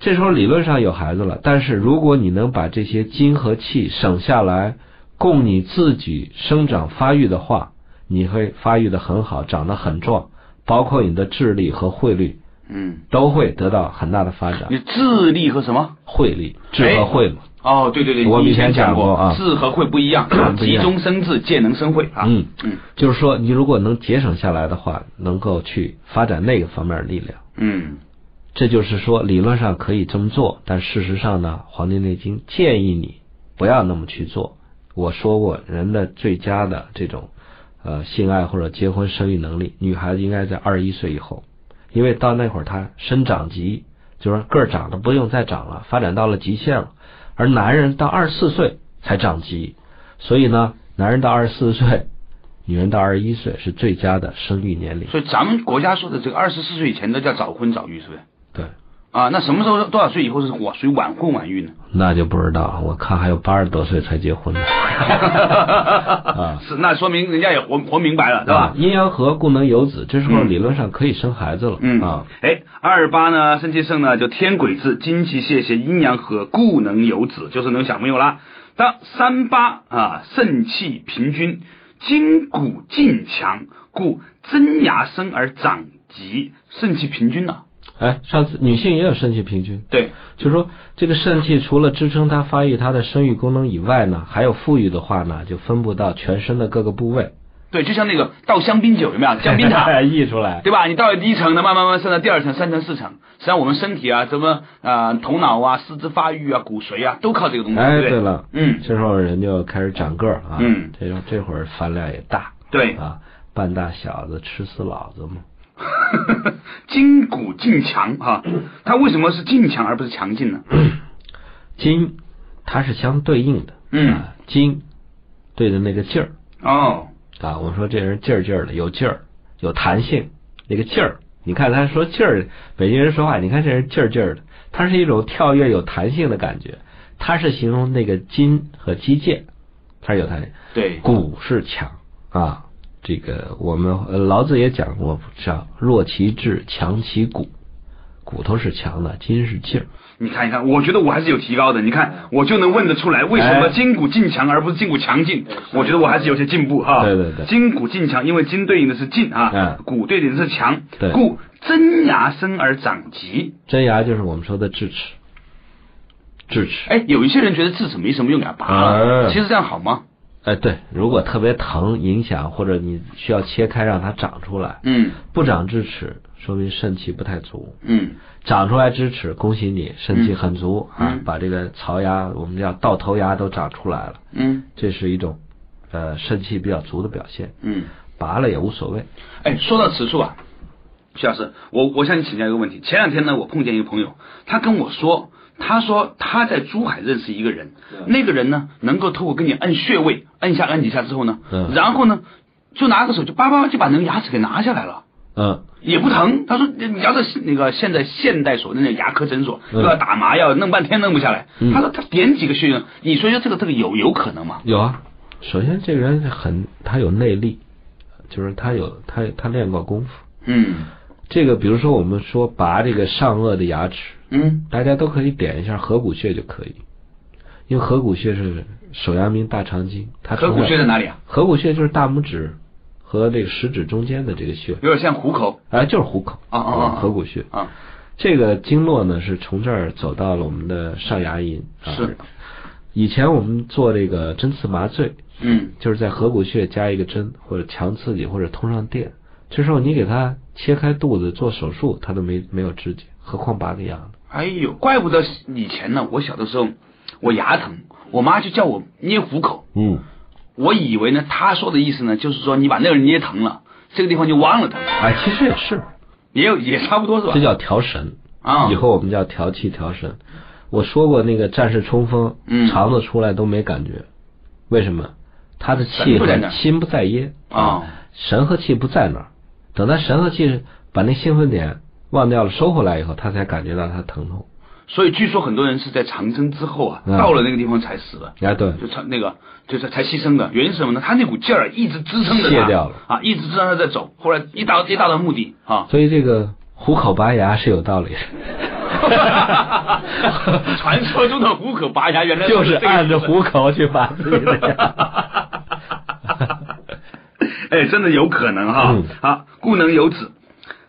Speaker 2: 这时候理论上有孩子了，但是如果你能把这些精和气省下来，供你自己生长发育的话，你会发育的很好，长得很壮，包括你的智力和慧力
Speaker 1: 嗯，
Speaker 2: 都会得到很大的发展。
Speaker 1: 你智力和什么？
Speaker 2: 慧力，智和慧嘛。
Speaker 1: 哦，对对对，
Speaker 2: 我
Speaker 1: 你
Speaker 2: 们
Speaker 1: 以前
Speaker 2: 以前讲
Speaker 1: 过
Speaker 2: 过啊，
Speaker 1: 智和慧不一样
Speaker 2: 不一
Speaker 1: 急
Speaker 2: 样
Speaker 1: 中生智，见能生慧啊。
Speaker 2: 嗯
Speaker 1: 嗯
Speaker 2: 就是说，你如果能节省下来的话，能够去发展那个方面的力量。
Speaker 1: 嗯
Speaker 2: 这就是说，理论上可以这么做，但事实上呢，《黄帝内经》建议你不要那么去做。我说过，人的最佳的这种呃性爱或者结婚生育能力，女孩子应该在二十一岁以后，因为到那会儿她生长极，就是个儿长得不用再长了，发展到了极限了。而男人到二十四岁才长极，所以呢，男人到二十四岁，女人到二十一岁是最佳的生育年龄。
Speaker 1: 所以咱们国家说的这个二十四岁以前都叫早婚早育，是不是？
Speaker 2: 对。
Speaker 1: 啊，那什么时候多少岁以后是我属于晚婚晚育呢？
Speaker 2: 那就不知道，我看还有八十多岁才结婚 的，啊
Speaker 1: 是，那说明人家也活活明白了，
Speaker 2: 是
Speaker 1: 对吧？
Speaker 2: 阴阳合，故能有子，这时候
Speaker 1: 嗯
Speaker 2: 理论上可以生孩子了、
Speaker 1: 嗯
Speaker 2: 啊。，
Speaker 1: 哎，二八呢，肾气盛呢，就天癸至，金气泄泄，阴阳合，故能有子，就是能小朋友啦。当三八啊，肾气平均，筋骨劲强，故真牙生而长疾，肾气平均呐、
Speaker 2: 哎，上次女性也有肾气平均，
Speaker 1: 对，
Speaker 2: 就是说这个肾气除了支撑她发育她的生育功能以外呢，还有富裕的话呢，就分布到全身的各个部位，
Speaker 1: 对，就像那个倒香槟酒有没有？香槟 塔，
Speaker 2: 溢出来。
Speaker 1: 对吧？你到了第一层呢，慢慢慢慢升到第二层、三层、四层。实际上，我们身体啊，什么啊，头脑啊、四肢发育啊、骨髓啊，都靠这个东西，
Speaker 2: 哎，
Speaker 1: 对不
Speaker 2: 对了，
Speaker 1: 嗯，
Speaker 2: 这时候人就开始长个儿啊，
Speaker 1: 嗯
Speaker 2: 这时候这会儿饭量也大，
Speaker 1: 对，
Speaker 2: 啊，半大小子吃死老子嘛，
Speaker 1: 筋骨劲强哈、它为什么是劲强而不是强劲呢？
Speaker 2: 筋它是相对应的，
Speaker 1: 嗯，
Speaker 2: 啊，筋对的那个劲儿
Speaker 1: 哦，
Speaker 2: 啊，我们说这人劲儿劲儿的，有劲儿，有弹性，那个劲儿。你看他说劲儿，北京人说话，你看这人劲儿劲儿的，它是一种跳跃有弹性的感觉，它是形容那个筋和肌腱，它是有弹性。
Speaker 1: 对，
Speaker 2: 骨是强啊，这个我们呃老子也讲过，叫弱其志，强其骨。骨头是强的，筋是劲儿。
Speaker 1: 你看一看，我觉得我还是有提高的。你看，我就能问得出来为什么
Speaker 2: 哎
Speaker 1: 筋骨劲强而不是筋骨强劲。我觉得我还是有些进步哈。
Speaker 2: 对对对
Speaker 1: 筋骨劲强，因为筋对应的是劲啊，
Speaker 2: 嗯
Speaker 1: 骨对应的是强，
Speaker 2: 对
Speaker 1: 故真牙生而长疾。
Speaker 2: 真牙就是我们说的智齿，智齿。
Speaker 1: 哎，有一些人觉得智齿没什么用，给它啊拔了，
Speaker 2: 嗯
Speaker 1: 其实这样好吗？
Speaker 2: 哎，对，如果特别疼影响，或者你需要切开让它长出来，
Speaker 1: 嗯
Speaker 2: 不长智齿，说明肾气不太足。
Speaker 1: 嗯
Speaker 2: 长出来智齿，恭喜你，肾气很足、
Speaker 1: 嗯
Speaker 2: 啊
Speaker 1: 嗯，
Speaker 2: 把这个槽牙，我们叫到头牙都长出来了，
Speaker 1: 嗯
Speaker 2: 这是一种呃肾气比较足的表现。
Speaker 1: 嗯。
Speaker 2: 拔了也无所谓，
Speaker 1: 哎，说到此处啊，徐老师，我我向你请教一个问题。前两天呢，我碰见一个朋友，他跟我说，他说他在珠海认识一个人，那个人呢能够透过跟你按穴位，按一下按几下之后呢，
Speaker 2: 嗯
Speaker 1: 然后呢就拿个手就叭叭叭就把那个牙齿给拿下来了。
Speaker 2: 嗯，
Speaker 1: 也不疼，他说你要在那个现在现代所那的牙科诊所又
Speaker 2: 嗯
Speaker 1: 要打麻药，弄半天弄不下来。
Speaker 2: 嗯
Speaker 1: 他说他点几个穴位，你说说这个这个有有可能吗？
Speaker 2: 有啊。首先，这个人很他有内力，就是他有他他练过功夫。
Speaker 1: 嗯
Speaker 2: 这个比如说我们说拔这个上颚的牙齿，
Speaker 1: 嗯
Speaker 2: 大家都可以点一下合谷穴就可以，因为合谷穴是手阳明大肠经，它
Speaker 1: 合谷
Speaker 2: 除了
Speaker 1: 穴在哪里啊？
Speaker 2: 合谷穴就是大拇指和这个食指中间的这个穴，
Speaker 1: 有点像虎口
Speaker 2: 哎，就是虎口
Speaker 1: 啊啊啊
Speaker 2: 合谷穴。
Speaker 1: 啊，
Speaker 2: 这个经络呢是从这儿走到了我们的上牙龈，啊
Speaker 1: 是。
Speaker 2: 以前我们做这个针刺麻醉，
Speaker 1: 嗯
Speaker 2: 就是在合谷穴加一个针，或者强刺激，或者通上电。这时候你给他切开肚子做手术，他都没没有知觉，何况拔个牙呢？
Speaker 1: 哎呦，怪不得以前呢，我小的时候我牙疼，我妈就叫我捏虎口，
Speaker 2: 嗯，
Speaker 1: 我以为呢，她说的意思呢，就是说你把那个人捏疼了，这个地方就忘了疼，
Speaker 2: 哎，其实也是，
Speaker 1: 也有也差不多是吧
Speaker 2: 这？叫调神。
Speaker 1: 啊
Speaker 2: 以，后我们叫调气调神。我说过那个战士冲锋，
Speaker 1: 嗯
Speaker 2: 肠子出来都没感觉，为什么？他的气
Speaker 1: 神不在那
Speaker 2: 和
Speaker 1: 儿
Speaker 2: 心不在焉
Speaker 1: 啊，
Speaker 2: 神和气不在那儿。等他神和气把那兴奋点忘掉了，收回来以后，他才感觉到他疼痛。
Speaker 1: 所以据说很多人是在长征之后啊，
Speaker 2: 嗯
Speaker 1: 到了那个地方才死的。
Speaker 2: 哎，对，
Speaker 1: 就才那个，就是才牺牲的。原因是什么呢？他那股劲儿一直支撑着他，
Speaker 2: 卸掉了
Speaker 1: 啊，一直支撑他在走。后来一到一到达目的啊，
Speaker 2: 所以这个虎口拔牙是有道 理的。
Speaker 1: 传说中的虎口拔牙，原来
Speaker 2: 就是
Speaker 1: 这个
Speaker 2: 按着
Speaker 1: 意思
Speaker 2: 虎口去拔自己 的牙。
Speaker 1: 哎，真的有可能哈。
Speaker 2: 嗯
Speaker 1: 好，故能有此。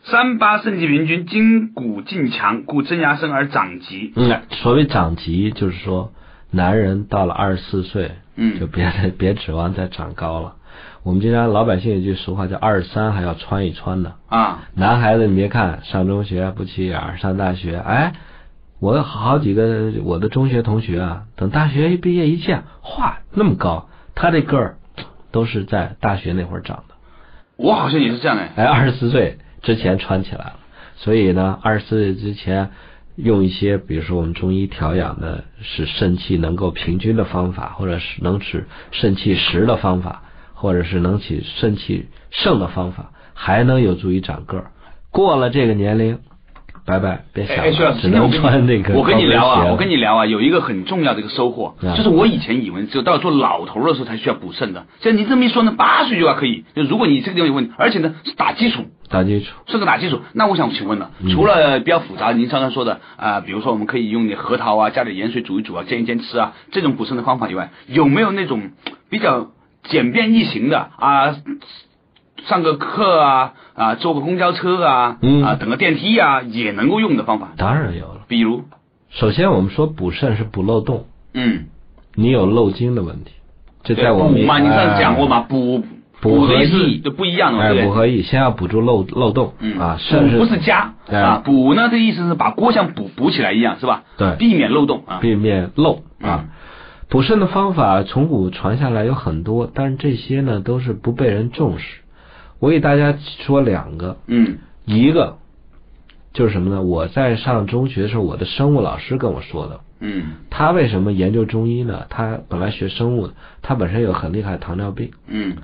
Speaker 1: 三八肾气平均，筋骨劲强，故真牙生而长疾。
Speaker 2: 嗯，所谓长疾，就是说男人到了二十四岁，
Speaker 1: 嗯
Speaker 2: 就别再别指望再长高了。我们经常老百姓有句俗话叫“二十三还要穿一穿”呢。
Speaker 1: 啊，
Speaker 2: 男孩子，你别看上中学不起眼儿，上大学，哎，我有好几个我的中学同学啊，等大学一毕业一见，哇，那么高，他这个儿都是在大学那会儿长的，
Speaker 1: 我好像也是这样哎。
Speaker 2: 哎，二十四岁之前穿起来了，所以呢，二十四岁之前用一些，比如说我们中医调养的使肾气能够平均的方法，或者是能使肾气实的方法，或者是能起肾气盛的方法，还能有助于长个儿。过了这个年龄，拜拜，别想
Speaker 1: 哎，哎，徐老
Speaker 2: 了，
Speaker 1: 师，
Speaker 2: 只
Speaker 1: 今天我
Speaker 2: 能
Speaker 1: 跟你
Speaker 2: 穿那个
Speaker 1: 我跟你聊
Speaker 2: 高跟
Speaker 1: 啊，
Speaker 2: 鞋
Speaker 1: 我跟你聊啊，有一个很重要的一个收获，
Speaker 2: 啊
Speaker 1: 就是我以前以为只有到做老头的时候才需要补肾的，现在你这么一说呢，八岁就要可以。就如果你这个地方有问题，而且呢是打基础，
Speaker 2: 打基础，
Speaker 1: 是个打基础。那我想请问了，
Speaker 2: 嗯
Speaker 1: 除了比较复杂，您刚才说的啊、比如说我们可以用点核桃啊，加点盐水煮一煮啊，煎一煎吃啊，这种补肾的方法以外，有没有那种比较简便易行的啊？上个课啊啊，坐个公交车啊、
Speaker 2: 嗯
Speaker 1: 啊，等个电梯啊，也能够用的方法。
Speaker 2: 当然有了。
Speaker 1: 比如，
Speaker 2: 首先，我们说补肾是补漏洞，
Speaker 1: 嗯，
Speaker 2: 你有漏经的问题，这
Speaker 1: 对
Speaker 2: 在我们
Speaker 1: 补嘛，你上次讲过
Speaker 2: 哎
Speaker 1: 嘛，补的
Speaker 2: 补和
Speaker 1: 意思
Speaker 2: 益
Speaker 1: 就不一样了，
Speaker 2: 哎，
Speaker 1: 对
Speaker 2: 补
Speaker 1: 不对？
Speaker 2: 合意，先要补住漏漏洞、
Speaker 1: 嗯
Speaker 2: 啊，甚
Speaker 1: 补
Speaker 2: 至
Speaker 1: 不是加
Speaker 2: 哎
Speaker 1: 啊，补呢，这意思是把锅像补补起来一样，是吧？
Speaker 2: 对
Speaker 1: 避免漏洞啊。
Speaker 2: 避免漏啊
Speaker 1: 嗯。
Speaker 2: 补肾的方法从古传下来有很多，但是这些呢都是不被人重视。我给大家说两个，
Speaker 1: 嗯
Speaker 2: 一个就是什么呢？我在上中学的时候，我的生物老师跟我说的。
Speaker 1: 嗯
Speaker 2: 他为什么研究中医呢？他本来学生物的，他本身有很厉害的糖尿病。
Speaker 1: 嗯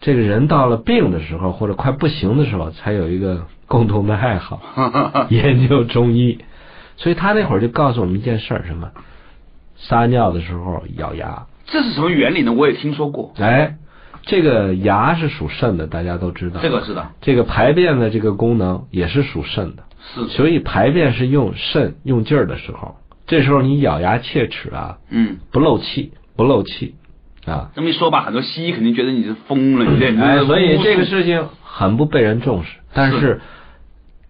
Speaker 2: 这个人到了病的时候，或者快不行的时候，才有一个共同的爱好，研究中医。所以他那会儿就告诉我们一件事儿，什么？撒尿的时候咬牙，
Speaker 1: 这是什么原理呢？我也听说过。
Speaker 2: 哎，这个牙是属肾的，大家都知道。
Speaker 1: 这个是的，
Speaker 2: 这个排便的这个功能也是属肾的，
Speaker 1: 是的，
Speaker 2: 所以排便是用肾用劲儿的时候，这时候你咬牙切齿啊，
Speaker 1: 嗯。
Speaker 2: 不漏气，不漏气啊，
Speaker 1: 这么一说吧，很多西医肯定觉得你是疯了，你这
Speaker 2: 哎，所以这个
Speaker 1: 是。
Speaker 2: 事情很不被人重视。但是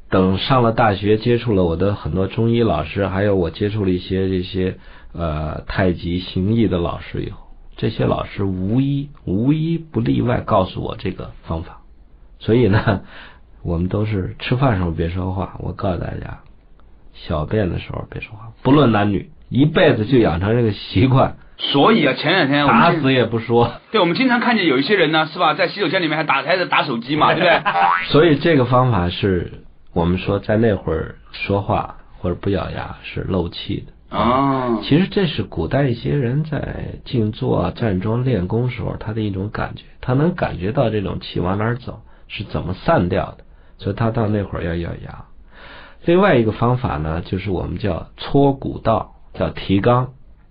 Speaker 2: 等上了大学，接触了我的很多中医老师，还有我接触了一些这些呃太极形意的老师以后，这些老师无一无一不例外告诉我这个方法。所以呢，我们都是吃饭时候别说话，我告诉大家，小便的时候别说话，不论男女，一辈子就养成这个习惯，
Speaker 1: 所以啊，前两天我们
Speaker 2: 打
Speaker 1: 经
Speaker 2: 死也不说。
Speaker 1: 对，我们经常看见有一些人呢，是吧，在洗手间里面还打开着打手机嘛，对不 对？
Speaker 2: 所以这个方法是我们说在那会儿说话或者不咬牙是漏气的。
Speaker 1: 哦，
Speaker 2: 其实这是古代一些人在静坐啊、站桩练功时候他的一种感觉，他能感觉到这种气往哪儿走，是怎么散掉的，所以他到那会儿要咬牙。另外一个方法呢，就是我们叫搓骨道，叫提肛。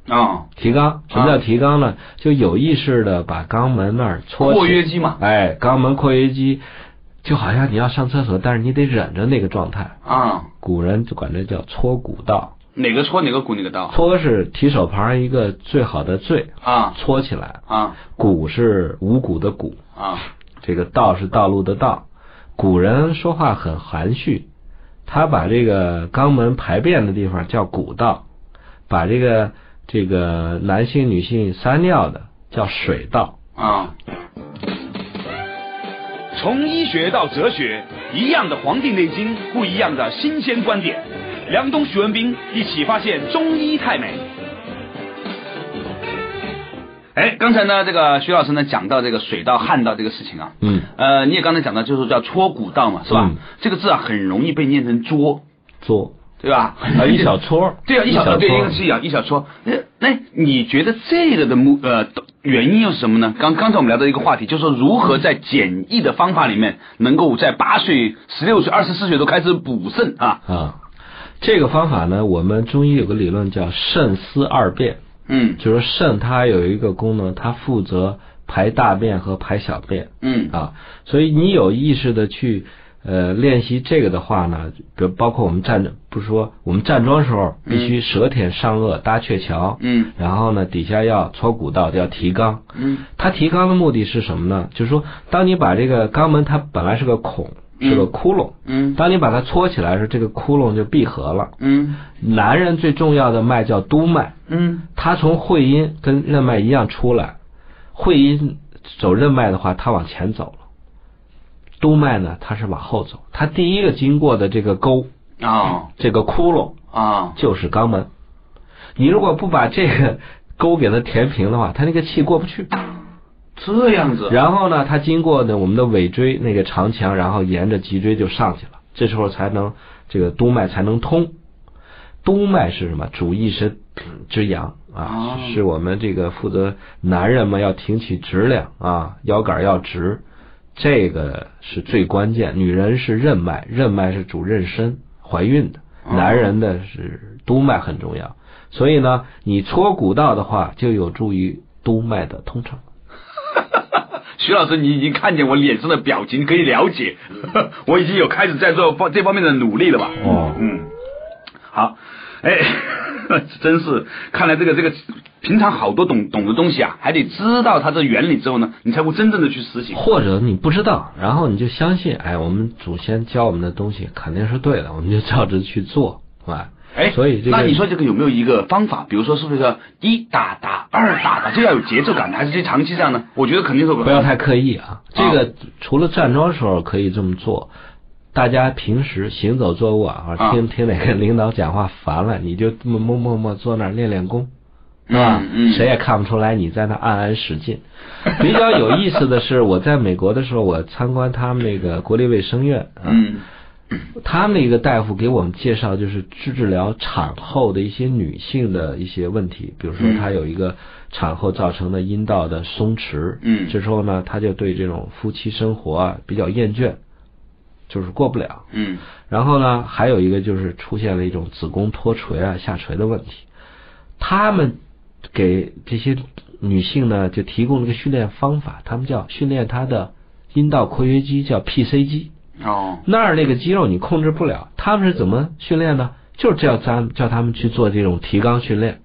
Speaker 1: 哦，
Speaker 2: 提肛，什么叫提肛呢？就有意识的把肛门那儿搓起
Speaker 1: 括约肌嘛，
Speaker 2: 哎，肛门括约肌就好像你要上厕所，但是你得忍着那个状态。
Speaker 1: 啊，
Speaker 2: 古人就管这叫搓骨道，
Speaker 1: 哪个搓哪个骨哪个刀
Speaker 2: 搓是提手旁一个最好的最，
Speaker 1: 啊
Speaker 2: 搓起来；
Speaker 1: 啊
Speaker 2: 骨是五谷的谷，
Speaker 1: 啊，
Speaker 2: 这个道是道路的道。古人说话很含蓄，他把这个肛门排便的地方叫骨道，把这个这个男性、女性撒尿的叫水道。
Speaker 1: 啊。从医学到哲学，一样的《黄帝内经》，不一样的新鲜观点。梁冬、徐文兵一起发现中医太美。哎，刚才呢，这个徐老师呢讲到这个水道、汗道这个事情啊，
Speaker 2: 嗯，
Speaker 1: 呃，你也刚才讲到，就是叫搓骨道嘛，是吧？
Speaker 2: 嗯
Speaker 1: 这个字啊，很容易被念成作，
Speaker 2: 做
Speaker 1: 对吧？
Speaker 2: 啊 一小撮儿，
Speaker 1: 对啊，一小撮，对，
Speaker 2: 撮
Speaker 1: 一
Speaker 2: 儿
Speaker 1: 个是一小一小撮。那那你觉得这个的目呃原因又是什么呢？刚刚才我们聊到一个话题，就是说如何在简易的方法里面，能够在八岁、十六岁、二十四岁都开始补肾啊。
Speaker 2: 啊。这个方法呢，我们中医有个理论叫肾司二便，
Speaker 1: 嗯
Speaker 2: 就是说肾它有一个功能，它负责排大便和排小便
Speaker 1: 嗯
Speaker 2: 啊。所以你有意识的去呃练习这个的话呢，比如包括我们站着，不是说我们站桩时候必须舌舔上颚搭鹊桥，
Speaker 1: 嗯
Speaker 2: 然后呢底下要搓骨道，要提肛。
Speaker 1: 嗯
Speaker 2: 它提肛的目的是什么呢？就是说，当你把这个肛门它本来是个孔，是个
Speaker 1: 嗯
Speaker 2: 窟窿。
Speaker 1: 嗯
Speaker 2: 当你把它搓起来的时，候，这个窟窿就闭合了。
Speaker 1: 嗯
Speaker 2: 男人最重要的脉叫督脉，
Speaker 1: 嗯
Speaker 2: 它从会阴跟任脉一样出来，会阴走任脉的话，它往前走了；督脉呢，它是往后走。它第一个经过的这个沟，
Speaker 1: 啊
Speaker 2: 这个窟窿
Speaker 1: 啊
Speaker 2: 就是肛门。你如果不把这个沟给它填平的话，它那个气过不去。
Speaker 1: 这样子
Speaker 2: 然后呢，它经过呢我们的尾椎那个长强，然后沿着脊椎就上去了，这时候才能这个督脉才能通。督脉是什么？主一身之阳啊，
Speaker 1: 哦
Speaker 2: 是我们这个负责男人嘛要挺起直量啊，腰杆要直，这个是最关键。女人是任脉，任脉是主妊娠怀孕的，
Speaker 1: 哦
Speaker 2: 男人的是督脉很重要。所以呢，你搓骨道的话，就有助于督脉的通畅。
Speaker 1: 徐老师，你已经看见我脸上的表情，可以了解， 我已经有开始在做方这方面的努力了吧？
Speaker 2: 嗯哦
Speaker 1: 嗯，好，哎， 真是，看来这个这个平常好多懂懂的东西啊，还得知道它的原理之后呢，你才会真正的去实行。
Speaker 2: 或者你不知道，然后你就相信，哎，我们祖先教我们的东西肯定是对的，我们就照着去做，啊。
Speaker 1: 哎，
Speaker 2: 所以这个
Speaker 1: 那你说这个有没有一个方法？比如说是不是说一打打二打打，这要有节奏感的，还是长期这样呢？我觉得肯定是
Speaker 2: 不要太刻意啊。这个除了站桩时候可以这么做，大家平时行走坐卧啊，
Speaker 1: 啊
Speaker 2: 听听哪个领导讲话烦了，你就默默默默坐那儿练练功，是吧
Speaker 1: 嗯？嗯
Speaker 2: 谁也看不出来你在那暗暗使劲。比较有意思的是，我在美国的时候，我参观他们那个国立卫生院，啊，
Speaker 1: 嗯
Speaker 2: 他们一个大夫给我们介绍，就是治治疗产后的一些女性的一些问题，比如说
Speaker 1: 嗯
Speaker 2: 她有一个产后造成的阴道的松弛，
Speaker 1: 嗯
Speaker 2: 这时候呢，她就对这种夫妻生活啊比较厌倦，就是过不了。
Speaker 1: 嗯
Speaker 2: 然后呢，还有一个就是出现了一种子宫脱垂啊、下垂的问题。他们给这些女性呢就提供了一个训练方法，他们叫训练她的阴道括约肌，叫 PCG。
Speaker 1: 哦，
Speaker 2: 那儿那个肌肉你控制不了，他们是怎么训练呢？就是叫咱叫他们去做这种提肛训练。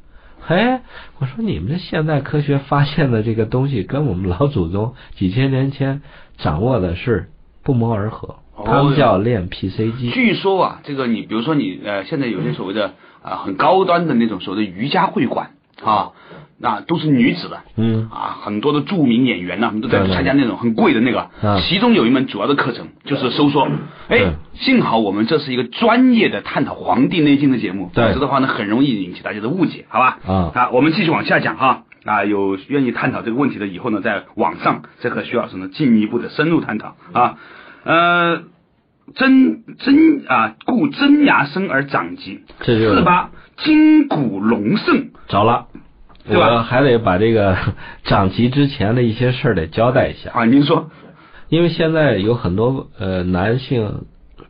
Speaker 2: 哎，我说你们这现代科学发现的这个东西，跟我们老祖宗几千年前掌握的是不谋而合。
Speaker 1: 哦
Speaker 2: 他们叫练 PCG，
Speaker 1: 据说啊，这个你比如说你呃，现在有些所谓的啊、很高端的那种所谓的瑜伽会馆啊，那都是女子的。
Speaker 2: 嗯，
Speaker 1: 啊，很多的著名演员呐、他们都在
Speaker 2: 对对
Speaker 1: 参加那种很贵的那个
Speaker 2: 嗯，
Speaker 1: 其中有一门主要的课程就是收缩。哎
Speaker 2: 对，
Speaker 1: 幸好我们这是一个专业的探讨《黄帝内经》的节目，
Speaker 2: 对
Speaker 1: 否则的话呢，很容易引起大家的误解，好吧？
Speaker 2: 啊
Speaker 1: 啊，我们继续往下讲哈。啊，有愿意探讨这个问题的，以后呢，在网上再和徐老师呢进一步的深入探讨啊。
Speaker 2: 嗯
Speaker 1: 呃，真真啊，故真牙生而长疾。
Speaker 2: 这就
Speaker 1: 四八筋骨隆盛，
Speaker 2: 着了。
Speaker 1: 对吧
Speaker 2: 我还得把这个 长齐之前的一些事儿得交代一下。
Speaker 1: 啊，您说
Speaker 2: 因为现在有很多呃男性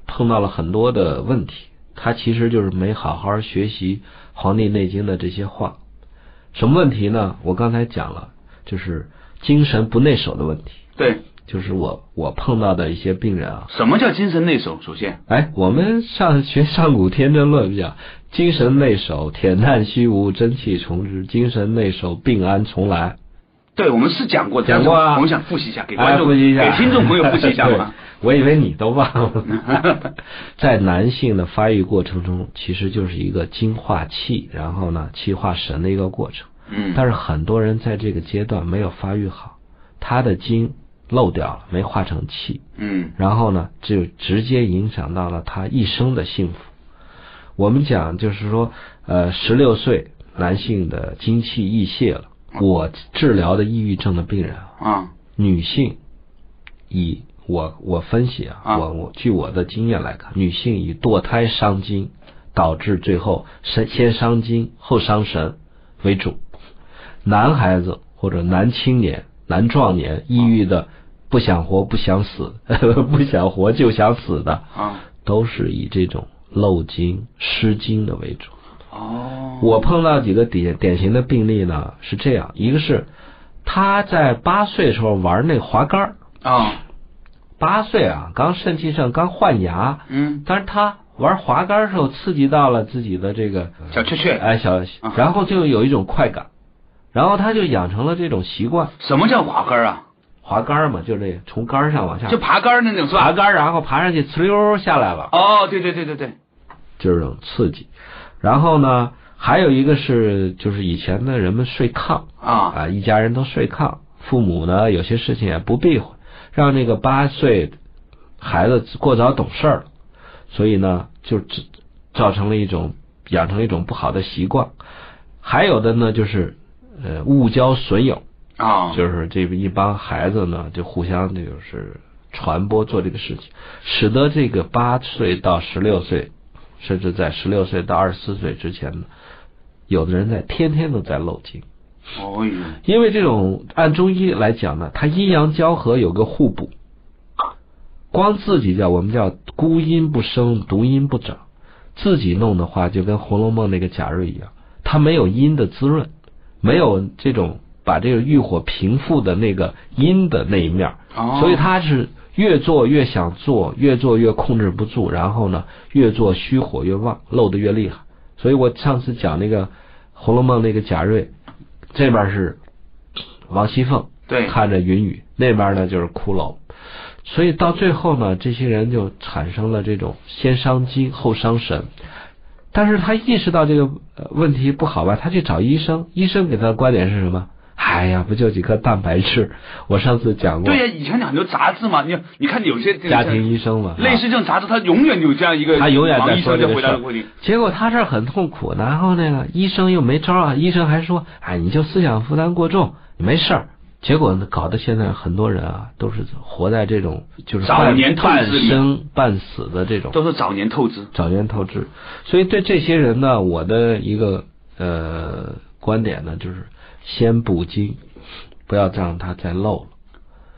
Speaker 2: 碰到了很多的问题，他其实就是没好好学习《黄帝内经》的这些话。什么问题呢？我刚才讲了，就是精神不内守的问题，
Speaker 1: 对？
Speaker 2: 就是我我碰到的一些病人啊，
Speaker 1: 什么叫精神内守？首先，
Speaker 2: 哎，我们上学上古天真论讲，精神内守，恬淡虚无，真气重之；精神内守，病安重来。
Speaker 1: 对，我们是讲过的，
Speaker 2: 讲过啊
Speaker 1: 但是我们想复习一下，给
Speaker 2: 哎
Speaker 1: 观众、
Speaker 2: 复习一下，
Speaker 1: 给听众朋友复习一下嘛。
Speaker 2: 对我以为你都忘了， 在男性的发育过程中，其实就是一个精化气，然后呢气化神的一个过程。
Speaker 1: 嗯，
Speaker 2: 但是很多人在这个阶段没有发育好，他的精漏掉了，没化成气，
Speaker 1: 嗯，
Speaker 2: 然后呢就直接影响到了他一生的幸福。我们讲就是说，呃，十六岁男性的精气溢泄了，我治疗的抑郁症的病人啊。
Speaker 1: 啊，
Speaker 2: 女性以我我分析啊，
Speaker 1: 啊
Speaker 2: 我我据我的经验来看，女性以堕胎伤精，导致最后先先伤精后伤神为主。男孩子或者男青年、男壮年，抑郁的不想活、不想死、 不想活就想死的，
Speaker 1: 啊，
Speaker 2: 都是以这种漏精、失精的为主。
Speaker 1: 哦，
Speaker 2: 我碰到几个典典型的病例呢，是这样，一个是他在八岁的时候玩那滑杆儿，
Speaker 1: 啊，
Speaker 2: 八岁啊，刚肾气盛，刚换牙，
Speaker 1: 嗯，
Speaker 2: 但是他玩滑杆儿的时候刺激到了自己的这个
Speaker 1: 小雀雀，
Speaker 2: 哎小
Speaker 1: 啊，
Speaker 2: 然后就有一种快感，然后他就养成了这种习惯，
Speaker 1: 什么叫滑杆儿啊？
Speaker 2: 滑杆儿嘛，就这从杆儿上往下
Speaker 1: 就爬杆儿那种是
Speaker 2: 滑
Speaker 1: 吧？
Speaker 2: 杆儿，然后爬上去，呲溜下来了，
Speaker 1: 哦，对对对对对，
Speaker 2: 就是这种刺激。然后呢，还有一个是就是以前的人们睡炕。
Speaker 1: 啊，
Speaker 2: 啊，一家人都睡炕，父母呢有些事情也不避讳，让这个八岁孩子过早懂事儿了，所以呢就只造成了一种养成了一种不好的习惯。还有的呢就是呃误交损友，
Speaker 1: 啊，
Speaker 2: 就是这一帮孩子呢就互相这就是传播做这个事情，使得这个八岁到十六岁，甚至在十六岁到二十四岁之前呢，有的人在天天都在漏精。
Speaker 1: 哦呦，
Speaker 2: 因为这种按中医来讲呢，它阴阳交合有个互补，光自己叫我们叫孤阴不生，独阴不长，自己弄的话就跟《红楼梦》那个贾瑞一样，它没有阴的滋润，没有这种把这个欲火平复的那个阴的那一面儿，
Speaker 1: 哦，
Speaker 2: 所以他是越做越想做，越做越控制不住，然后呢，越做虚火越旺，漏得越厉害。所以我上次讲那个《红楼梦》那个贾瑞，这边是王熙凤
Speaker 1: 对，
Speaker 2: 看着云雨，那边呢就是骷髅，所以到最后呢，这些人就产生了这种先伤筋后伤神。但是他意识到这个呃问题不好吧，他去找医生，医生给他的观点是什么？哎呀，不就几颗蛋白质？我上次讲过
Speaker 1: 对，呀，以前很多杂志嘛，你你看有些这个
Speaker 2: 家庭医生嘛，啊
Speaker 1: 类似这种杂志，它永远有这样一个
Speaker 2: 他永远
Speaker 1: 王
Speaker 2: 在
Speaker 1: 医
Speaker 2: 说
Speaker 1: 生
Speaker 2: 这
Speaker 1: 在
Speaker 2: 个
Speaker 1: 回
Speaker 2: 事
Speaker 1: 答
Speaker 2: 儿
Speaker 1: 的问题，
Speaker 2: 结果他这儿很痛苦，然后那个医生又没招儿啊，医生还说，哎，你就思想负担过重，你没事儿。结果呢，搞得现在很多人啊，都是活在这种就是
Speaker 1: 早
Speaker 2: 半
Speaker 1: 年透
Speaker 2: 半
Speaker 1: 支里
Speaker 2: 生半死的这种
Speaker 1: 都是早年透支，
Speaker 2: 早年透支。所以对这些人呢，我的一个呃观点呢，就是先补精，不要让它再漏了，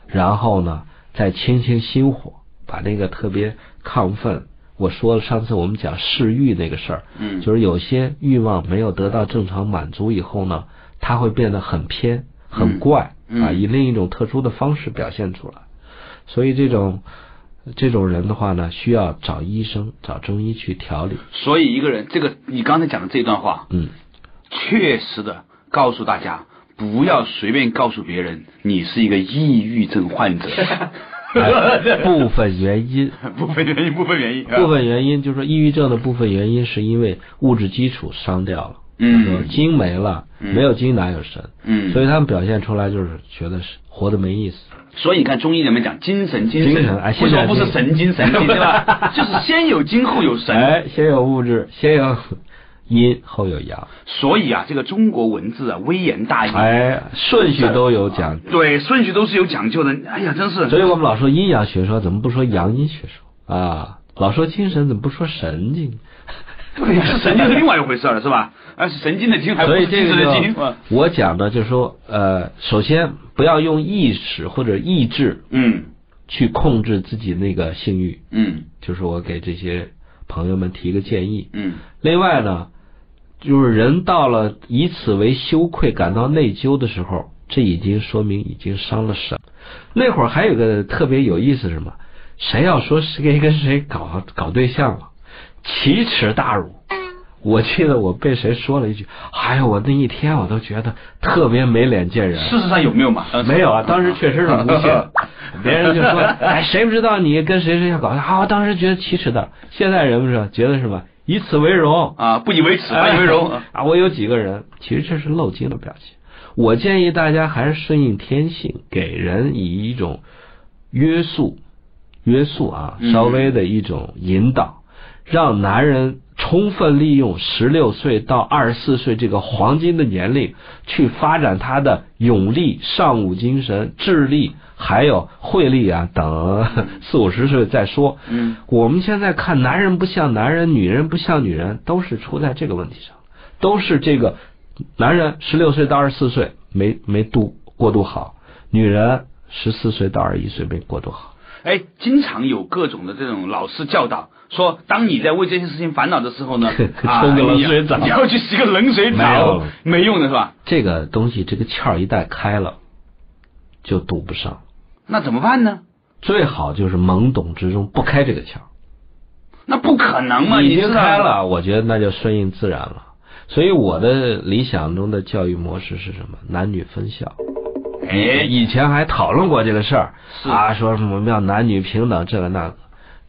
Speaker 2: 然后呢，再清清心火，把那个特别亢奋。我说了，上次我们讲嗜欲那个事儿，
Speaker 1: 嗯，
Speaker 2: 就是有些欲望没有得到正常满足以后呢，它会变得很偏，很怪、
Speaker 1: 嗯
Speaker 2: 啊，
Speaker 1: 嗯
Speaker 2: 以另一种特殊的方式表现出来。所以这种这种人的话呢，需要找医生、找中医去调理。
Speaker 1: 所以一个人，这个你刚才讲的这段话，
Speaker 2: 嗯，
Speaker 1: 确实的告诉大家，不要随便告诉别人你是一个抑郁症患 者。
Speaker 2: 哎 部分 原因，
Speaker 1: 部分原因，部分原因，
Speaker 2: 部分原因啊就是说，抑郁症的部分原因是因为物质基础伤掉了，
Speaker 1: 嗯
Speaker 2: 筋没了，
Speaker 1: 嗯
Speaker 2: 没有筋哪有神？
Speaker 1: 嗯，
Speaker 2: 所以他们表现出来就是觉得是活得没意思。
Speaker 1: 所以你看中医里面讲精神精神，
Speaker 2: 精神哎
Speaker 1: 为
Speaker 2: 现
Speaker 1: 什
Speaker 2: 在
Speaker 1: 么不是神经神经对 吧？就是先有精后有神，
Speaker 2: 哎，先有物质，先有 阴，后有阳，
Speaker 1: 所以啊，这个中国文字啊微言大义，
Speaker 2: 哎，顺序都有讲。
Speaker 1: 对顺序都是有讲究的。哎呀，真是
Speaker 2: 所以我们老说阴阳学说，怎么不说阳阴学说啊？老说精神，怎么不说神经？
Speaker 1: 对 是神经是另外一回事了，是吧？而是神经的经还不
Speaker 2: 所以
Speaker 1: 是
Speaker 2: 这
Speaker 1: 精神
Speaker 2: 个
Speaker 1: 的经。啊
Speaker 2: 就我讲的就是说，呃，首先不要用意识或者意志
Speaker 1: 嗯
Speaker 2: 去控制自己那个性欲，
Speaker 1: 嗯
Speaker 2: 就是我给这些朋友们提一个建议。
Speaker 1: 嗯
Speaker 2: 另外呢，就是人到了以此为羞愧、感到内疚的时候，这已经说明已经伤了神。那会儿还有个特别有意思是什么？谁要说谁跟谁搞搞对象了，奇耻大辱。我记得我被谁说了一句，哎呦，我那一天我都觉得特别没脸见人。
Speaker 1: 事实上有没有嘛？当时
Speaker 2: 没有啊，当时确实是无限，别人就说，哎，谁不知道你跟谁谁要搞啊？我当时觉得奇耻的，现在人们说觉得什么？以此为荣，
Speaker 1: 啊，不以为耻，反以为荣。
Speaker 2: 啊！我有几个人，其实这是漏精的表现。我建议大家还是顺应天性，给人以一种约束、约束啊，
Speaker 1: 嗯
Speaker 2: 稍微的一种引导，让男人充分利用十六岁到二十四岁这个黄金的年龄，去发展他的勇力、尚武精神、智力，还有慧力啊等四五十岁再说。
Speaker 1: 嗯
Speaker 2: 我们现在看男人不像男人，女人不像女人，都是出在这个问题上，都是这个男人十六岁到二十四岁没没度过渡好，女人十四岁到二十一岁没过渡好。，
Speaker 1: 哎，经常有各种的这种老师教导说，当你在为这些事情烦恼的时候呢 啊
Speaker 2: 冲个冷水澡
Speaker 1: 你要 去洗个冷水
Speaker 2: 没有
Speaker 1: 澡，没用的是吧？
Speaker 2: 这个东西，这个窍儿一旦开了，就堵不上。
Speaker 1: 那怎么办呢？
Speaker 2: 最好就是懵懂之中不开这个窍儿。
Speaker 1: 那不可能嘛！
Speaker 2: 已
Speaker 1: 你
Speaker 2: 经
Speaker 1: 知道
Speaker 2: 开，了，我觉得那就顺应自然了。所以我的理想中的教育模式是什么？男女分校。
Speaker 1: 哎，
Speaker 2: 以前还讨论过这个事儿
Speaker 1: 是
Speaker 2: 啊，说什么要男女平等这个那个。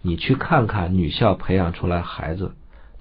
Speaker 2: 你去看看女校培养出来孩子，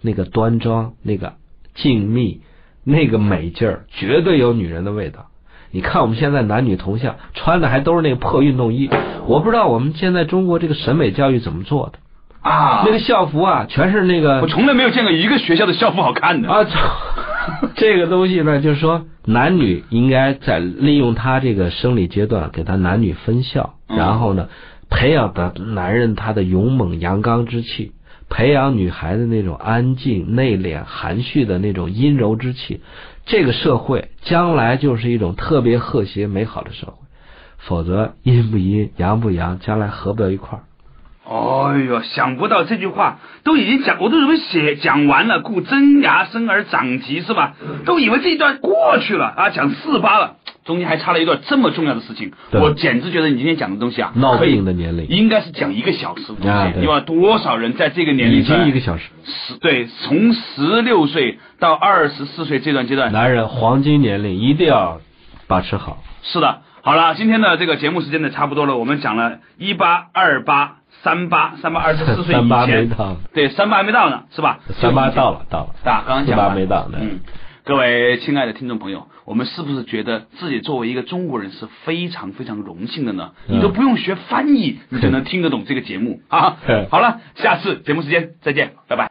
Speaker 2: 那个端庄，那个静谧，那个美劲儿，绝对有女人的味道。你看我们现在男女同校，穿的还都是那个破运动衣。我不知道我们现在中国这个审美教育怎么做的，
Speaker 1: 啊
Speaker 2: 那，个校服啊，全是那个
Speaker 1: 我从来没有见过一个学校的校服好看的。
Speaker 2: 啊，这 这个东西呢，就是说男女应该在利用他这个生理阶段，给他男女分校，
Speaker 1: 嗯
Speaker 2: 然后呢，培养的男人他的勇猛阳刚之气，培养女孩子那种安静、内敛、含蓄的那种阴柔之气。这个社会将来就是一种特别和谐美好的社会，否则阴不阴、阳不阳，将来合不到一块儿。
Speaker 1: 哎呦，想不到这句话都已经讲，我都以为写讲完了，故真牙生而长疾是吧？都以为这一段过去了啊，讲四八了，中间还差了一段这么重要的事情，
Speaker 2: 对
Speaker 1: 我简直觉得你今天讲的东西啊，
Speaker 2: 闹
Speaker 1: 可以
Speaker 2: 病的年龄
Speaker 1: 应该是讲一个小时的东
Speaker 2: 啊
Speaker 1: 西，
Speaker 2: 对
Speaker 1: 你把多少人在这个年龄
Speaker 2: 已经一个
Speaker 1: 段
Speaker 2: 小时，
Speaker 1: 十对，从十六岁到二十四岁这段阶段，
Speaker 2: 男人黄金年龄一定要把持好。
Speaker 1: 是的，好了，今天的这个节目时间呢差不多了，我们讲了一八二八三八三八二十四岁以
Speaker 2: 三八没
Speaker 1: 前，
Speaker 2: 到
Speaker 1: 对，三八还没到呢，是吧？
Speaker 2: 三八到了，到了。
Speaker 1: 大刚刚讲
Speaker 2: 四
Speaker 1: 完
Speaker 2: 八没到呢
Speaker 1: 嗯，各位亲爱的听众朋友，我们是不是觉得自己作为一个中国人是非常非常荣幸的呢？
Speaker 2: 嗯
Speaker 1: 你都不用 学翻译，你就能听得懂这个节目啊！好了，下次节目时间再见，拜拜。